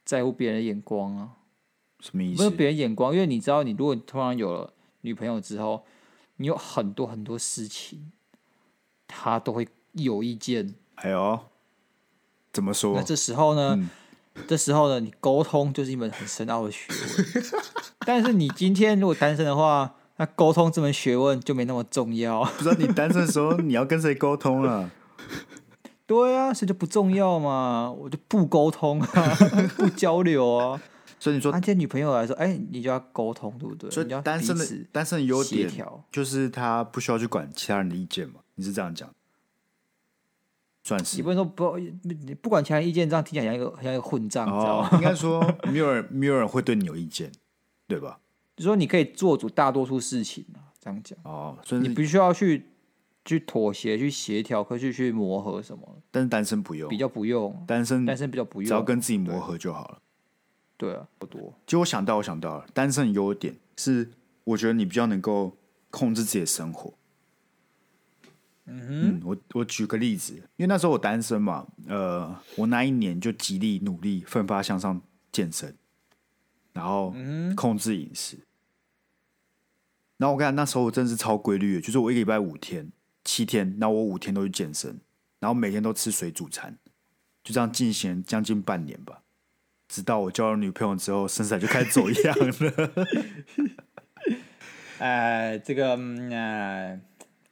Speaker 2: 在乎别人的眼光啊，
Speaker 1: 什么意
Speaker 2: 不是
Speaker 1: 思？
Speaker 2: 别人眼光，因为你知道，你如果突然有了女朋友之后，你有很多很多事情，她都会有意见。
Speaker 1: 还有哎怎么说
Speaker 2: 那？这时候呢，
Speaker 1: 嗯
Speaker 2: 这时候呢，你沟通就是一门很深奥的学问。 但是你今天如果单身的话，那沟通这门学问就没那么重要。
Speaker 1: 不知道你单身的时候你要跟谁沟通啊了、
Speaker 2: 对啊，所以就不重要嘛，我就不沟通啊， 不交流啊。
Speaker 1: 所以你说
Speaker 2: 那今天女朋友来说，哎、你就要沟通，对不对？
Speaker 1: 所以
Speaker 2: 你就要
Speaker 1: 单
Speaker 2: 彼
Speaker 1: 身的
Speaker 2: 此
Speaker 1: 单身的优
Speaker 2: 协
Speaker 1: 点
Speaker 2: 调。
Speaker 1: 就是他不需要去管其他人的意见嘛？你是这样讲？算
Speaker 2: 你
Speaker 1: 是
Speaker 2: 不能说不，你不管其他人意见，这样听起来像一个像一个混账，你知道
Speaker 1: 哦
Speaker 2: 吗？，
Speaker 1: 应该说没有人没有人会对你有意见，对吧？
Speaker 2: 就说你可以做主大多数事情啊，这样讲，
Speaker 1: 哦，所以
Speaker 2: 你必须要去去妥协、去协调、可去去磨合什么，
Speaker 1: 但是单身不用
Speaker 2: 比，较不用，
Speaker 1: 单身
Speaker 2: 单身比较不
Speaker 1: 只要
Speaker 2: 用，
Speaker 1: 跟自己磨合就好了。
Speaker 2: 对啊，不多，
Speaker 1: 就我想到，我想到了，单身的优点是，我觉得你比较能够控制自己的生活。嗯我我举个例子，因为那时候我单身嘛，呃，我那一年就极力努力、奋发向上健身，然后控制饮食。然后我跟你讲，那时候我真的是超规律的，就是我一个礼拜五天、七天，那我五天都去健身，然后每天都吃水煮餐，就这样进行将近半年吧。直到我交了女朋友之后，身材就开始走样了。
Speaker 2: 哎，这个，嗯哎，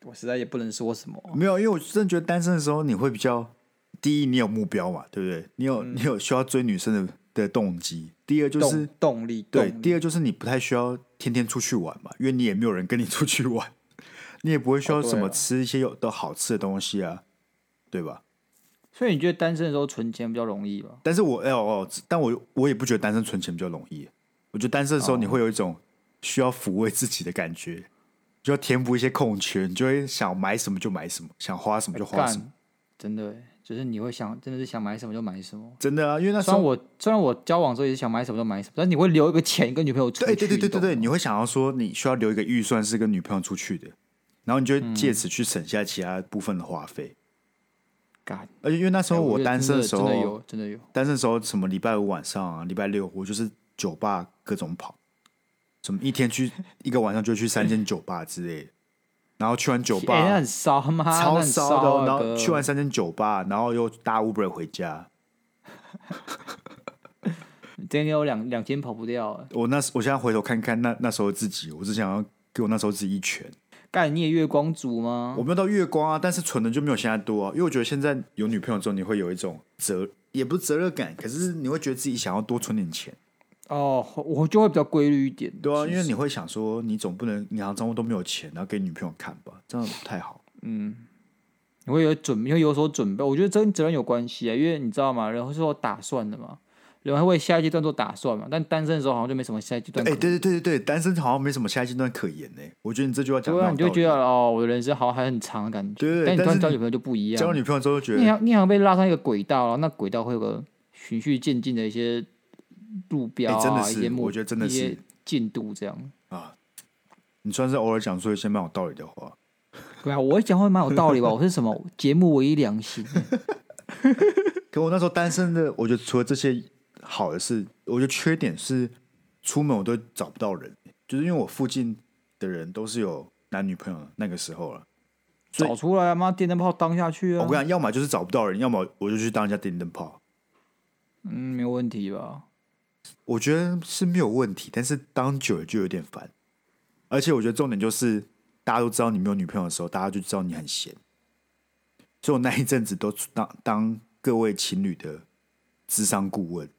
Speaker 2: 我实在也不能说什么，
Speaker 1: 没有，因为我真的觉得单身的时候，你会比较第一，你有目标嘛，对不对？你有、你有需要追女生的的动机。第二就是
Speaker 2: 动动力，
Speaker 1: 对，
Speaker 2: 动力
Speaker 1: 第二就是你不太需要天天出去玩嘛，因为你也没有人跟你出去玩， 你也不会需要
Speaker 2: 哦对
Speaker 1: 什么
Speaker 2: 了
Speaker 1: 吃一些有的好吃的东西啊，对吧？
Speaker 2: 所以你觉得单身的时候存钱比较容易吧？
Speaker 1: 但是我哎哦，但我我也不觉得单身存钱比较容易。我觉得单身的时候，
Speaker 2: 哦
Speaker 1: 你会有一种需要抚慰自己的感觉，就要填补一些空缺，你就会想买什么就买什么，想花什么就花什么。
Speaker 2: 哎干，真的欸，就是你会想，真的是想买什么就买什么。
Speaker 1: 真的啊，因为那时
Speaker 2: 虽然
Speaker 1: 候，
Speaker 2: 我虽然我交往之后也是想买什么就买什么，但你会留一个钱跟女朋友出去。
Speaker 1: 对对对对对对，
Speaker 2: 你
Speaker 1: 你会想要说你需要留一个预算是跟女朋友出去的，然后你就会借此去省下其他部分的花费。
Speaker 2: 懂吗干。
Speaker 1: 而且因为那时候
Speaker 2: 哎
Speaker 1: 我
Speaker 2: 觉得
Speaker 1: 单身
Speaker 2: 真
Speaker 1: 的
Speaker 2: 的
Speaker 1: 时候，
Speaker 2: 真的有真的有，
Speaker 1: 单身的时候什么礼拜五晚上啊，礼拜六我就是酒吧各种跑，什么一天去一个晚上就去三间酒吧之类的，然后去完酒吧、
Speaker 2: 哎那很骚吗？那
Speaker 1: 超
Speaker 2: 很
Speaker 1: 骚的哦、
Speaker 2: 啊
Speaker 1: 然
Speaker 2: 哥
Speaker 1: 后去完三间酒吧，然后又搭 Uber 回家。
Speaker 2: 你今天有两两间跑不掉了，
Speaker 1: 我那时我现在回头看看那那时候自己，我只想要给我那时候自己一拳。
Speaker 2: 干你也月光族吗
Speaker 1: 我？没有到月光啊，但是存的就没有现在多啊，因为我觉得现在有女朋友之后，你会有一种责，也不是责任感，可是你会觉得自己想要多存点钱。
Speaker 2: 哦，我就会比较规律一点。
Speaker 1: 对啊，
Speaker 2: 其
Speaker 1: 因为
Speaker 2: 实
Speaker 1: 你会想说，你总不能银行账户都没有钱，然后给女朋友看吧，这样不太好。
Speaker 2: 你会有准，你会有所准备。我觉得这跟责任有关系啊，因为你知道吗？人会是有打算的嘛，人会为下一阶段做打算嘛。但单身的时候好像就没什么下一阶
Speaker 1: 哎、
Speaker 2: 段可
Speaker 1: 对对对对对，单身好像没什么下一阶段可言呢、我觉得你这句话讲
Speaker 2: 对
Speaker 1: 得
Speaker 2: 啊，
Speaker 1: 很
Speaker 2: 你
Speaker 1: 有
Speaker 2: 就
Speaker 1: 道
Speaker 2: 觉得
Speaker 1: 理
Speaker 2: 哦，我的人生好像还很长的感觉。
Speaker 1: 对对对
Speaker 2: 但你突
Speaker 1: 但是
Speaker 2: 然
Speaker 1: 你
Speaker 2: 交女朋友就不一样
Speaker 1: 交
Speaker 2: 了，
Speaker 1: 女朋友之后就觉
Speaker 2: 你
Speaker 1: 得，
Speaker 2: 好你好像被拉上一个轨道，然后那轨道会有个循序渐进的一些路标
Speaker 1: 哎真的
Speaker 2: 啊，
Speaker 1: 是
Speaker 2: 一些目
Speaker 1: 我觉得真的是
Speaker 2: 一些进度这样。
Speaker 1: 你算是偶尔讲出一些蛮有道理的话。
Speaker 2: 对啊，我讲话蛮有道 理吧？我是什么节目唯一良 心？
Speaker 1: 可我那时候单身的，我觉得除了这些好的是，我觉得缺点是出门我都找不到人，欸就是因为我附近的人都是有男女朋友的那个时候了。所以
Speaker 2: 找出来啊，妈电灯泡当下去
Speaker 1: 我
Speaker 2: 啊
Speaker 1: 跟你，讲，要么就是找不到人，要么我就去当人家电灯泡。
Speaker 2: 嗯，没有问题吧？
Speaker 1: 我觉得是没有问题，但是当久了就有点烦。而且我觉得重点就是，大家都知道你没有女朋友的时候，大家就知道你很闲。所以我那一阵子都当当各位情侣的智商顾问，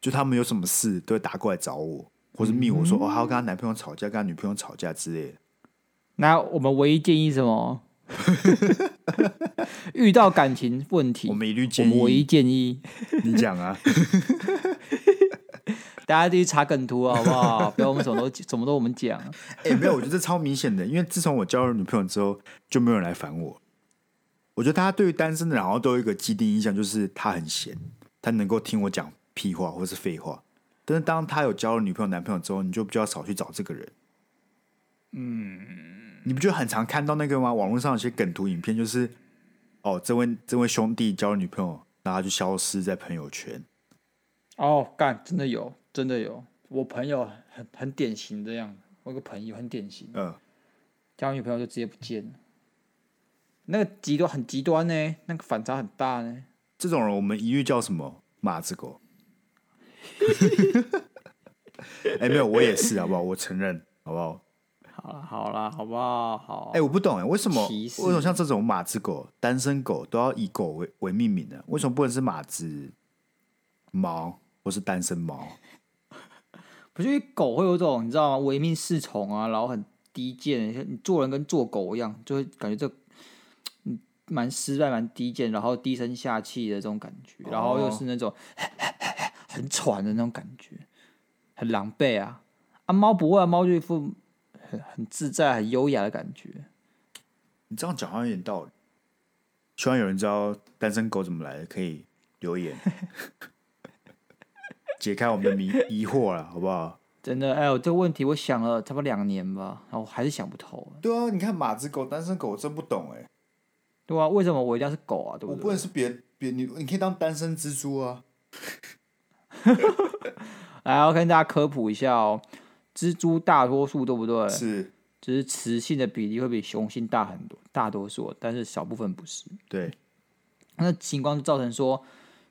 Speaker 1: 就他们有什么事都会打过来找我，或是密我
Speaker 2: 嗯
Speaker 1: 说、哦，她要跟她男朋友吵架，跟她女朋友吵架之类的。
Speaker 2: 那我们唯一建议什么？ 遇到感情问题，
Speaker 1: 我们一律
Speaker 2: 嗯我
Speaker 1: 建
Speaker 2: 们唯一
Speaker 1: 议
Speaker 2: 建议
Speaker 1: 你讲啊，
Speaker 2: 大家就去查梗图啊好不 好？不要我们什么都什么都我们讲。
Speaker 1: 哎、没有，我觉得这超明显的，因为自从我交了女朋友之后，就没有人来烦我。我觉得大家对于单身的人好像都有一个既定印象，就是他很闲，他能够听我讲屁话或是废话。但是当他有交了女朋友、男朋友之后，你就比较少去找这个人。嗯，你不就很常看到那个吗？网络上有些梗图影片，就是哦，这位这位兄弟交了女朋友，然后他就消失在朋友圈。
Speaker 2: 哦，干，真的有，真的有。我朋友很很典型这样，我有个朋友很典型，
Speaker 1: 嗯，
Speaker 2: 交女朋友就直接不见了。那个极端很极端呢，那个反差很大呢。
Speaker 1: 这种人我们一律叫什么？马子狗。 哎、没有，我也是，好不好？我承认，好不好？
Speaker 2: 好了啊好了，好不好？好啊
Speaker 1: 哎、。我不懂哎、为什么
Speaker 2: 哦歧
Speaker 1: 为
Speaker 2: 视
Speaker 1: 什么像这种马子狗、单身狗都要以狗为为命名呢？为什么不能是马子毛或是单身毛？
Speaker 2: 不是因为狗会有一种你知道吗？唯命是从啊，然后很低贱，你做人跟做狗一样，就会感觉这嗯蛮失败、蛮低贱，然后低声下气的这种感觉，然后又是那种很喘的那种感觉，很狼狈啊。啊，猫不会啊，猫就一副很很自在、很优雅的感觉。
Speaker 1: 你这样讲好像有点道理。希望有人知道单身狗怎么来的，可以留言 解开我们的迷疑惑了，好不好？
Speaker 2: 真的，哎呦，这个问题我想了差不多两年吧，然后我还是想不透。
Speaker 1: 对啊，你看马子狗、单身狗，我真不懂哎、
Speaker 2: 对啊，为什么我一定要是狗啊？对
Speaker 1: 我
Speaker 2: 不
Speaker 1: 不
Speaker 2: 对？
Speaker 1: 能是别别你，你可以当单身蜘蛛啊。
Speaker 2: 来，我跟大家科普一下哦，蜘蛛大多数对不对？
Speaker 1: 是，
Speaker 2: 就是雌性的比例会比雄性大很多，大多数，但是少部分不是。
Speaker 1: 对，
Speaker 2: 那情况就造成说，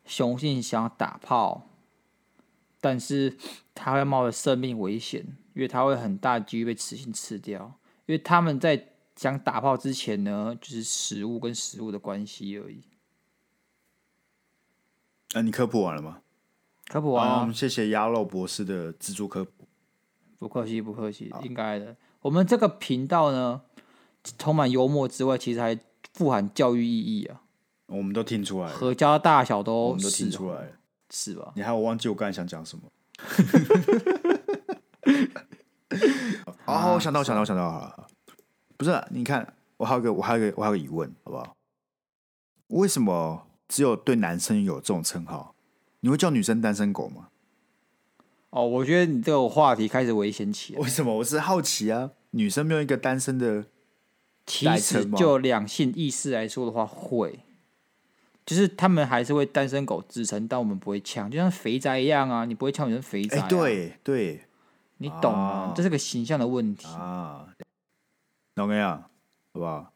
Speaker 2: 雄性想要打炮，但是它会冒着生命危险，因为它会很大几率被雌性吃掉。因为他们在想打炮之前呢，就是食物跟食物的关系而已。
Speaker 1: 呃，你科普完了吗？
Speaker 2: 科普完了、啊
Speaker 1: 好我们谢谢鸭肉博士的蜘蛛科普。
Speaker 2: 不客气，不客气，应该的。我们这个频道呢，充满幽默之外，其实还富含教育意义啊，
Speaker 1: 我们都听出来了，
Speaker 2: 合家大小
Speaker 1: 哎我
Speaker 2: 都
Speaker 1: 们都听
Speaker 2: 是哦
Speaker 1: 出来了。
Speaker 2: 是吧？
Speaker 1: 你还有忘记我刚才想讲 什么？哦，我想到，我想到，我想到，好了，好了不是啊、你看，我还有个，我还有个，我还有个疑问，好不好？为什么只有对男生有这种称号？你会叫女生单身狗吗？
Speaker 2: 哦，我觉得你这个话题开始危险起来。
Speaker 1: 为什么？我是好奇啊，女生没有一个单身的
Speaker 2: 其实
Speaker 1: 称吗
Speaker 2: 就两性意识来说的话，会，就是他们还是会单身狗支撑，但我们不会呛，就像肥宅一样啊，你不会呛女生肥宅、
Speaker 1: 哎、
Speaker 2: 啊
Speaker 1: 对对
Speaker 2: 你懂吗？
Speaker 1: 哦
Speaker 2: 这是个形象的问题。
Speaker 1: 啊，那我跟你讲，好不好？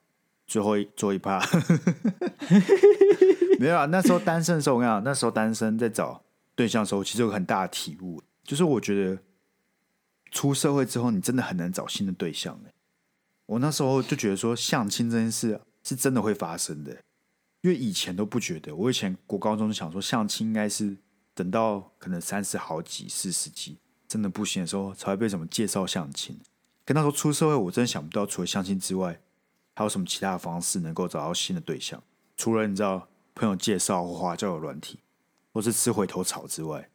Speaker 1: 最后一最后一趴，没有啊。那时候单身的时候，我跟你讲，那时候单身在找对象的时候，其实有个很大的体悟，就是我觉得出社会之后，你真的很难找新的对象、欸。我那时候就觉得说，相亲这件事是真的会发生的、因为以前都不觉得。我以前国高中就想说，相亲应该是等到可能三十好几、四十几，真的不行的时候，才会被什么介绍相亲。跟那时候出社会，我真的想不到，除了相亲之外，还有什么其他的方式能够找到新的对象？除了你知道朋友介绍或花交友软体，或是吃回头草之外，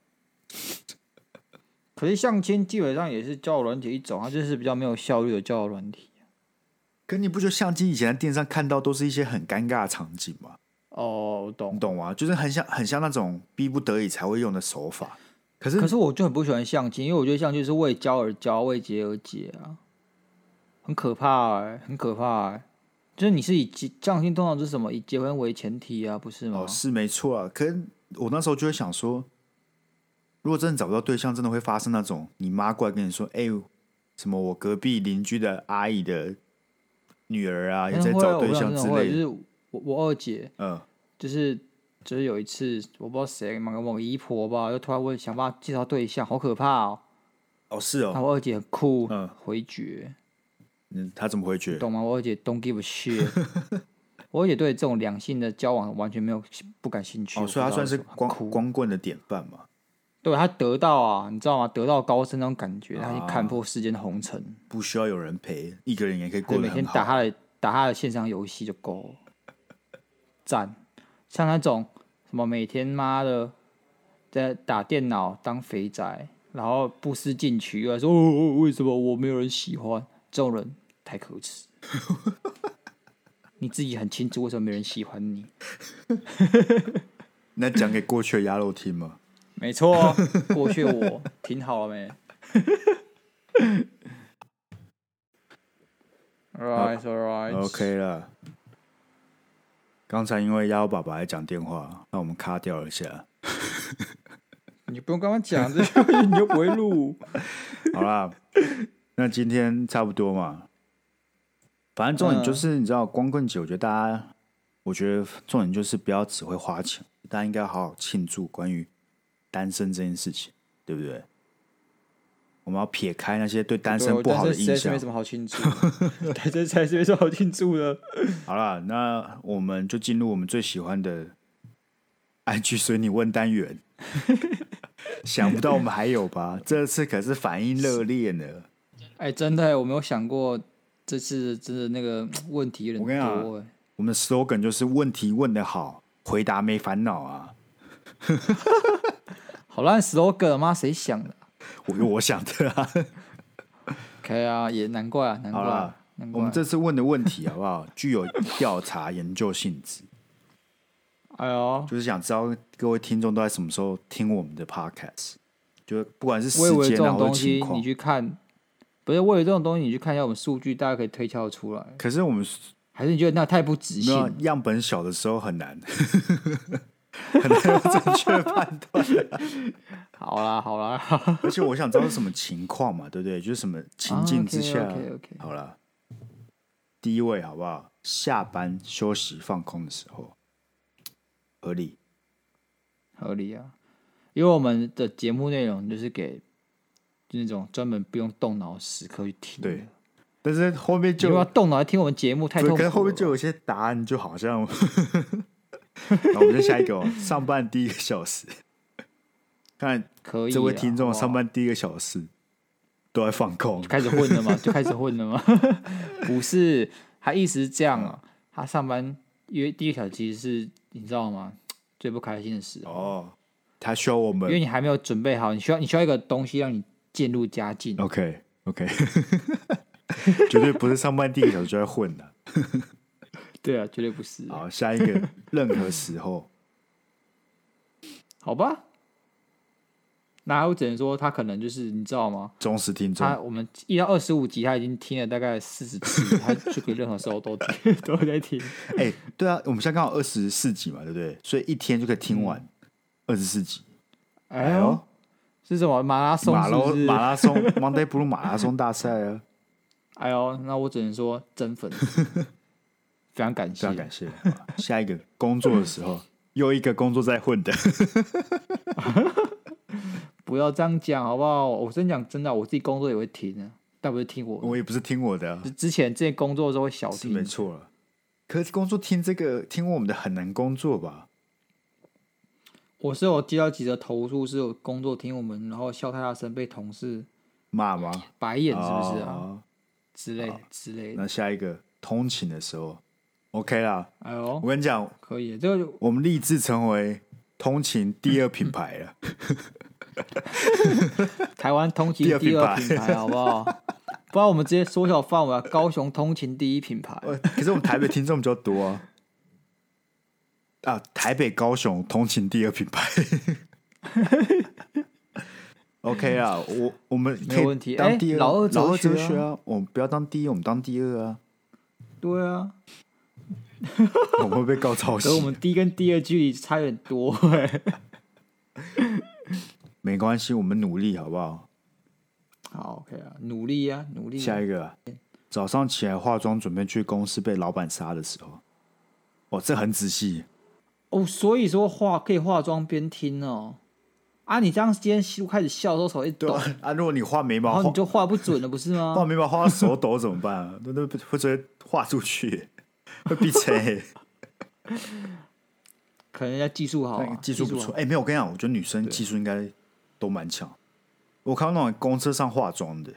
Speaker 2: 可是相亲基本上也是交友软体一种，它啊就是比较没有效率的交友软体。
Speaker 1: 可你不觉得相亲以前在电视上看到都是一些很尴尬的场景吗？
Speaker 2: 哦，我
Speaker 1: 你
Speaker 2: 懂。
Speaker 1: 懂吗？就是很像很像那种逼不得已才会用的手法。可是
Speaker 2: 可是我就很不喜欢相亲，因为我觉得相亲是为交而交，为结而结啊，很可怕、欸，很可怕、欸。就是你是以结相亲通常是什么以结婚为前提啊，不是吗？
Speaker 1: 哦，是没错啊。可是我那时候就会想说，如果真的找不到对象，真的会发生那种你妈过来跟你说：“哎、什么我隔壁邻居的阿姨的女儿啊，也在
Speaker 2: 真的会啊
Speaker 1: 找对象之
Speaker 2: 我跟你讲真的会
Speaker 1: 类
Speaker 2: 就
Speaker 1: 的。
Speaker 2: 是我我二姐，”
Speaker 1: 嗯，
Speaker 2: 就是就是有一次，我不知道谁某个某个姨婆吧，就突然问想办法介绍对象，好可怕哦。
Speaker 1: 哦，是
Speaker 2: 那
Speaker 1: 哦，
Speaker 2: 我二姐很酷，
Speaker 1: 嗯
Speaker 2: 回绝，
Speaker 1: 嗯，他怎么回绝？
Speaker 2: 懂吗？我二姐 don't give a shit。我二姐对这种两性的交往完全没有不感兴趣，
Speaker 1: 哦，所以他
Speaker 2: 我不
Speaker 1: 算是
Speaker 2: 知道为什么很
Speaker 1: 光
Speaker 2: 酷
Speaker 1: 光棍的典范嘛。
Speaker 2: 对他得到啊，你知道吗？得到高升那种感觉，他已
Speaker 1: 啊
Speaker 2: 经看破世间红尘，
Speaker 1: 不需要有人陪，一个人也可以
Speaker 2: 对，
Speaker 1: 过
Speaker 2: 每
Speaker 1: 得
Speaker 2: 天
Speaker 1: 很
Speaker 2: 打
Speaker 1: 好。
Speaker 2: 他的打他的线上游戏就够了，赞。像那种什么每天妈的在打电脑当肥宅，然后不思进取，又来说、哦、为什么我没有人喜欢，这种人太可耻。 你自己很清楚为什么没人喜欢你，
Speaker 1: 那讲给过去的鸭肉听 嘛，
Speaker 2: 没错，哦过去我挺好了没。Right, right.
Speaker 1: OK 了。刚才因为鸭肉爸爸在讲电话，那我们卡掉了一下。
Speaker 2: 你不用跟我讲，这些你又不会 录。
Speaker 1: 好啦，那今天差不多嘛。反正重点
Speaker 2: 嗯
Speaker 1: 就是，你知道光棍节，我觉得大家，我觉得重点就是不要只会花钱，大家应该好好庆祝关于单身这件事情，对不对？我们要撇开那些对单身不好的印
Speaker 2: 对我觉得这实在是
Speaker 1: 象
Speaker 2: 没什。么好庆祝的。 对，这才是没什么好庆祝的。
Speaker 1: 好啦，那我们就进入我们最喜欢的 IG 随你问单 元。想不到我们还有吧？这次可是反应热烈呢。
Speaker 2: 哎、真的、我没有想过这次真的那个问题有
Speaker 1: 我跟
Speaker 2: 点
Speaker 1: 你讲
Speaker 2: 多、哎
Speaker 1: 我们的 slogan 就是问题问得好，回答没烦恼啊。
Speaker 2: 好烂 slogan，妈谁想的
Speaker 1: 我我想的 啊。
Speaker 2: ？OK 啊，也难怪啊，难怪
Speaker 1: 好啦
Speaker 2: 啊，难
Speaker 1: 我
Speaker 2: 怪
Speaker 1: 们
Speaker 2: 啊。
Speaker 1: 这次问的问题好不好？具有调查研究性质，
Speaker 2: 哎呦，
Speaker 1: 就是想知道各位听众都在什么时候听我们的 podcast，就是不管是时
Speaker 2: 我以为这
Speaker 1: 间啊
Speaker 2: 种
Speaker 1: 或者
Speaker 2: 东
Speaker 1: 情
Speaker 2: 西
Speaker 1: 况
Speaker 2: 你。去看，不是我以为这种东西你去看一下我们数据，大家可以推敲得出来。
Speaker 1: 可是我们
Speaker 2: 还是你觉得那太不直
Speaker 1: 没
Speaker 2: 性
Speaker 1: 有啊
Speaker 2: 了？
Speaker 1: 样本小的时候很难，很难有正确的判断。
Speaker 2: 好啦，好啦，
Speaker 1: 而且我想知道是什么情况嘛，对不对？就是什么 情境之下。
Speaker 2: 啊 OK OK，
Speaker 1: 好了，第一位好不好？下班休息放空的时候，合理。
Speaker 2: 合理啊，因为我们的节目内容就是给就那种专门不用动脑时刻去听的。
Speaker 1: 对但是后面
Speaker 2: 就
Speaker 1: 就
Speaker 2: 嗯要动脑来听我们节目，太
Speaker 1: 对，
Speaker 2: 痛苦
Speaker 1: 可
Speaker 2: 了
Speaker 1: 是
Speaker 2: 吧。
Speaker 1: 后面就有一些答案，就好像， 那我们就下一个、哦，上班第一个小时， 看
Speaker 2: 可以啊。
Speaker 1: 这位听众
Speaker 2: 好不好
Speaker 1: 上班第一个小时都在放空，
Speaker 2: 开始混了嘛，就开始混了嘛。 不是，他意思是这样
Speaker 1: 嗯
Speaker 2: 啊，他上班因为第一个小时其实是你知道吗？最不开心的时候，
Speaker 1: 哦，他需要我
Speaker 2: 啊因为
Speaker 1: 们
Speaker 2: 你还没有准备好，你需要你需要一个东西让你渐入佳境。
Speaker 1: ，OK OK，绝对不是上班第一个小时就在混的。
Speaker 2: 对啊，绝对不是。
Speaker 1: 好，下一个，任何时候，
Speaker 2: 好吧，那我只能说他可能就是你知道吗？
Speaker 1: 忠实听众
Speaker 2: 他我们一到二十五集，他已经听了大概四十次，他就可以任何时候都听 都在听。
Speaker 1: 哎、对啊，我们现在刚好二十四集嘛，对不对？所以一天就可以听完二十四集。
Speaker 2: 哎呦，，是什么马拉松
Speaker 1: 马
Speaker 2: 是不
Speaker 1: 拉
Speaker 2: 是？
Speaker 1: 马拉松，Monday Blue 马拉松大赛 啊，
Speaker 2: 哎呦，那我只能说真粉 丝，非常啊感
Speaker 1: 非
Speaker 2: 谢
Speaker 1: 常。感谢。好吧下一个工作的时候，又一个工作在混的，
Speaker 2: 不要这样讲好不好？我真讲真的，我自己工作也会听啊，但不是听我，
Speaker 1: 我也不是听我的啊、
Speaker 2: 就之前之前工作的时候会小
Speaker 1: 是
Speaker 2: 听，
Speaker 1: 没错了。可是工作听这个听我们的很难工作吧？
Speaker 2: 我是有接到几则投诉，是有工作听我们，然后笑太大声被同事
Speaker 1: 骂吗？
Speaker 2: 白眼，是不是啊？
Speaker 1: 哦
Speaker 2: 之类之类的。
Speaker 1: 那下一个通勤的时候，OK 啦。
Speaker 2: 哎呦
Speaker 1: 我，跟你讲，
Speaker 2: 可以，这个
Speaker 1: 我们立志成为通勤第二品牌了。
Speaker 2: 台湾通勤
Speaker 1: 第二
Speaker 2: 第二
Speaker 1: 品
Speaker 2: 品牌好不好？ 不然我们直接缩小范围啊，高雄通勤第一品牌。
Speaker 1: 呃，可是我们台北听众比较多啊。啊，台北、高雄通勤第二品牌。OK 啊，我我们可
Speaker 2: 没
Speaker 1: 以
Speaker 2: 有问题
Speaker 1: 当
Speaker 2: 哎
Speaker 1: 第二，
Speaker 2: 老二哲
Speaker 1: 老二哲
Speaker 2: 学啊
Speaker 1: 学啊，我们不要当第一，我们当第二啊，
Speaker 2: 对啊，
Speaker 1: 我们会被告抄袭
Speaker 2: 可。是我们第一跟第二距离差有点多、欸。
Speaker 1: 没关系，我们努力好不好？
Speaker 2: 好，OK 啊，努力啊，努力、
Speaker 1: 下
Speaker 2: 啊。
Speaker 1: 一个啊，早上起来化妆准备去公司被老板杀的时候，哦，这很仔细。
Speaker 2: 哦，所以说化可以化妆边听哦。啊，你这样今天开始笑的时候手一抖，
Speaker 1: 对啊，啊如果你画眉
Speaker 2: 然
Speaker 1: 毛，
Speaker 2: 后
Speaker 1: 画
Speaker 2: 哦你就画不准了，不是
Speaker 1: 画
Speaker 2: 吗？
Speaker 1: 眉毛画到手抖怎么办 啊？那那会直接画出去，会闭嘴。
Speaker 2: 可能人家技术好、
Speaker 1: 那个
Speaker 2: 啊，
Speaker 1: 技术不
Speaker 2: 好啊
Speaker 1: 错。哎、没有，我跟你讲，我觉得女生技术应该都蛮强。我看到那种公车上化妆的，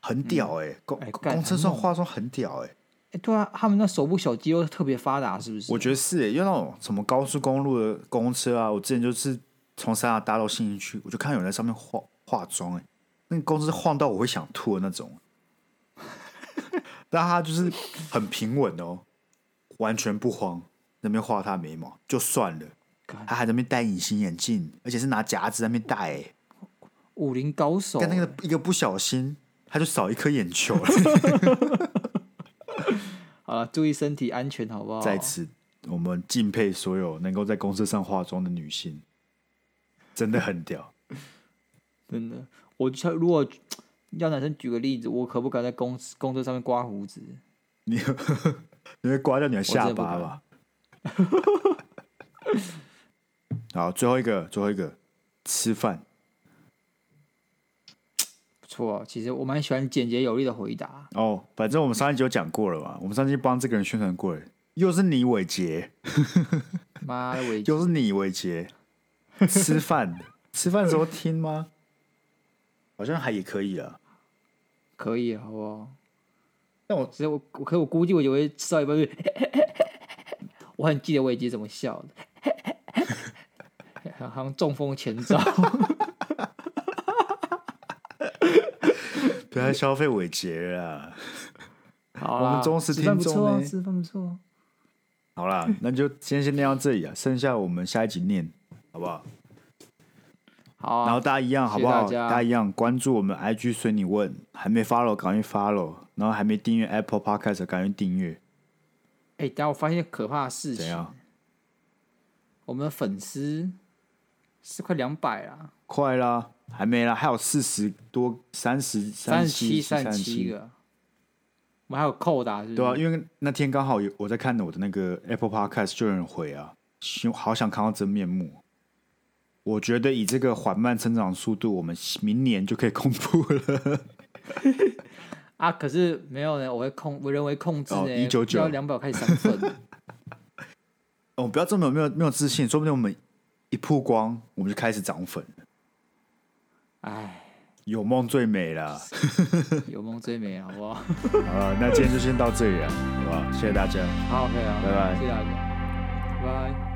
Speaker 1: 很屌哎、公
Speaker 2: 哎干
Speaker 1: 公车
Speaker 2: 很
Speaker 1: 上
Speaker 2: 猛
Speaker 1: 化妆很屌哎、
Speaker 2: 哎，对啊，他们那手部小肌肉特别发达，是不是？
Speaker 1: 我觉得是、欸，因为那种什么高速公路的公车啊，我之前就是从三亚搭到信义区，我就看有人在上面化化妆，哎，那个公司晃到我会想吐的那种。 但他就是很平稳哦，完全不慌，那边画他眉毛就算了，
Speaker 2: 干
Speaker 1: 他还在那边戴隐形眼镜，而且是拿夹子在那边戴、欸，
Speaker 2: 武林高手，
Speaker 1: 但那个一个不小心，他就少一颗眼球了。
Speaker 2: 好了，注意身体安全，好不好？
Speaker 1: 在此，我们敬佩所有能够在公车上化妆的女性，真的很屌。
Speaker 2: 真的，我就如果要男生举个例子，我可不敢在公司公车上面刮胡子，
Speaker 1: 你你会刮掉你的下
Speaker 2: 我真的
Speaker 1: 巴
Speaker 2: 不
Speaker 1: 吧？好，最后一个，最后一个，吃饭。
Speaker 2: 不错啊。其实我蛮喜欢简洁有力的回答，
Speaker 1: 哦，反正我们上一集有讲过了嘛，我们上一集帮这个人宣传过了，又是你伟杰，
Speaker 2: 妈的，我
Speaker 1: 又是你伟杰，吃饭，吃饭的时候听吗？好像还也可以啊。
Speaker 2: 可以，好不好？
Speaker 1: 但我
Speaker 2: 只是我，我可我估计我以为吃到一半就 我很记得我已经怎么笑的， 好像中风前兆。
Speaker 1: 不要消费伟杰了啊。
Speaker 2: 好
Speaker 1: 我
Speaker 2: 啦
Speaker 1: 们忠实
Speaker 2: 吃饭不
Speaker 1: 听众
Speaker 2: 错啊
Speaker 1: 呢
Speaker 2: 吃饭不错。
Speaker 1: 好啦，那就先先念到这里啊，剩下我们下一集念，好不好？
Speaker 2: 好
Speaker 1: 然后
Speaker 2: 啊，
Speaker 1: 大家一样，好
Speaker 2: 谢谢
Speaker 1: 不好？
Speaker 2: 大家
Speaker 1: 一样关注我们 IG 随你问，还没 follow 赶快 follow，然后还没订阅 Apple Podcast 赶快订阅，
Speaker 2: 哎、等下我发现一个可怕的事
Speaker 1: 怎
Speaker 2: 情，
Speaker 1: 样？
Speaker 2: 我们的粉丝是快两百啦，
Speaker 1: 快啦，还没啦，还有四十多、三十、
Speaker 2: 三十
Speaker 1: 七、
Speaker 2: 七、
Speaker 1: 三
Speaker 2: 三十七，个，我们还有扣打是不是？
Speaker 1: 对啊，因为那天刚好有我在看我的那个 Apple Podcast 就有人回啊，希好想看到真面目。我觉得以这个缓慢成长速度，我们明年就可以公布了。
Speaker 2: 啊，可是没有呢，我会控，我人为控制呢，
Speaker 1: 哦199
Speaker 2: 要两百开始三 分，
Speaker 1: 哦，不要这么没有没有自信，说不定我们一曝光，我们就开始涨粉了。
Speaker 2: 哎，
Speaker 1: 有梦最美啦。
Speaker 2: 有梦最美，好不好？
Speaker 1: 好了，那今天就先到这里了，好不好？谢谢大家。
Speaker 2: 好，OK 啊，
Speaker 1: 拜拜
Speaker 2: 谢谢大家，拜拜。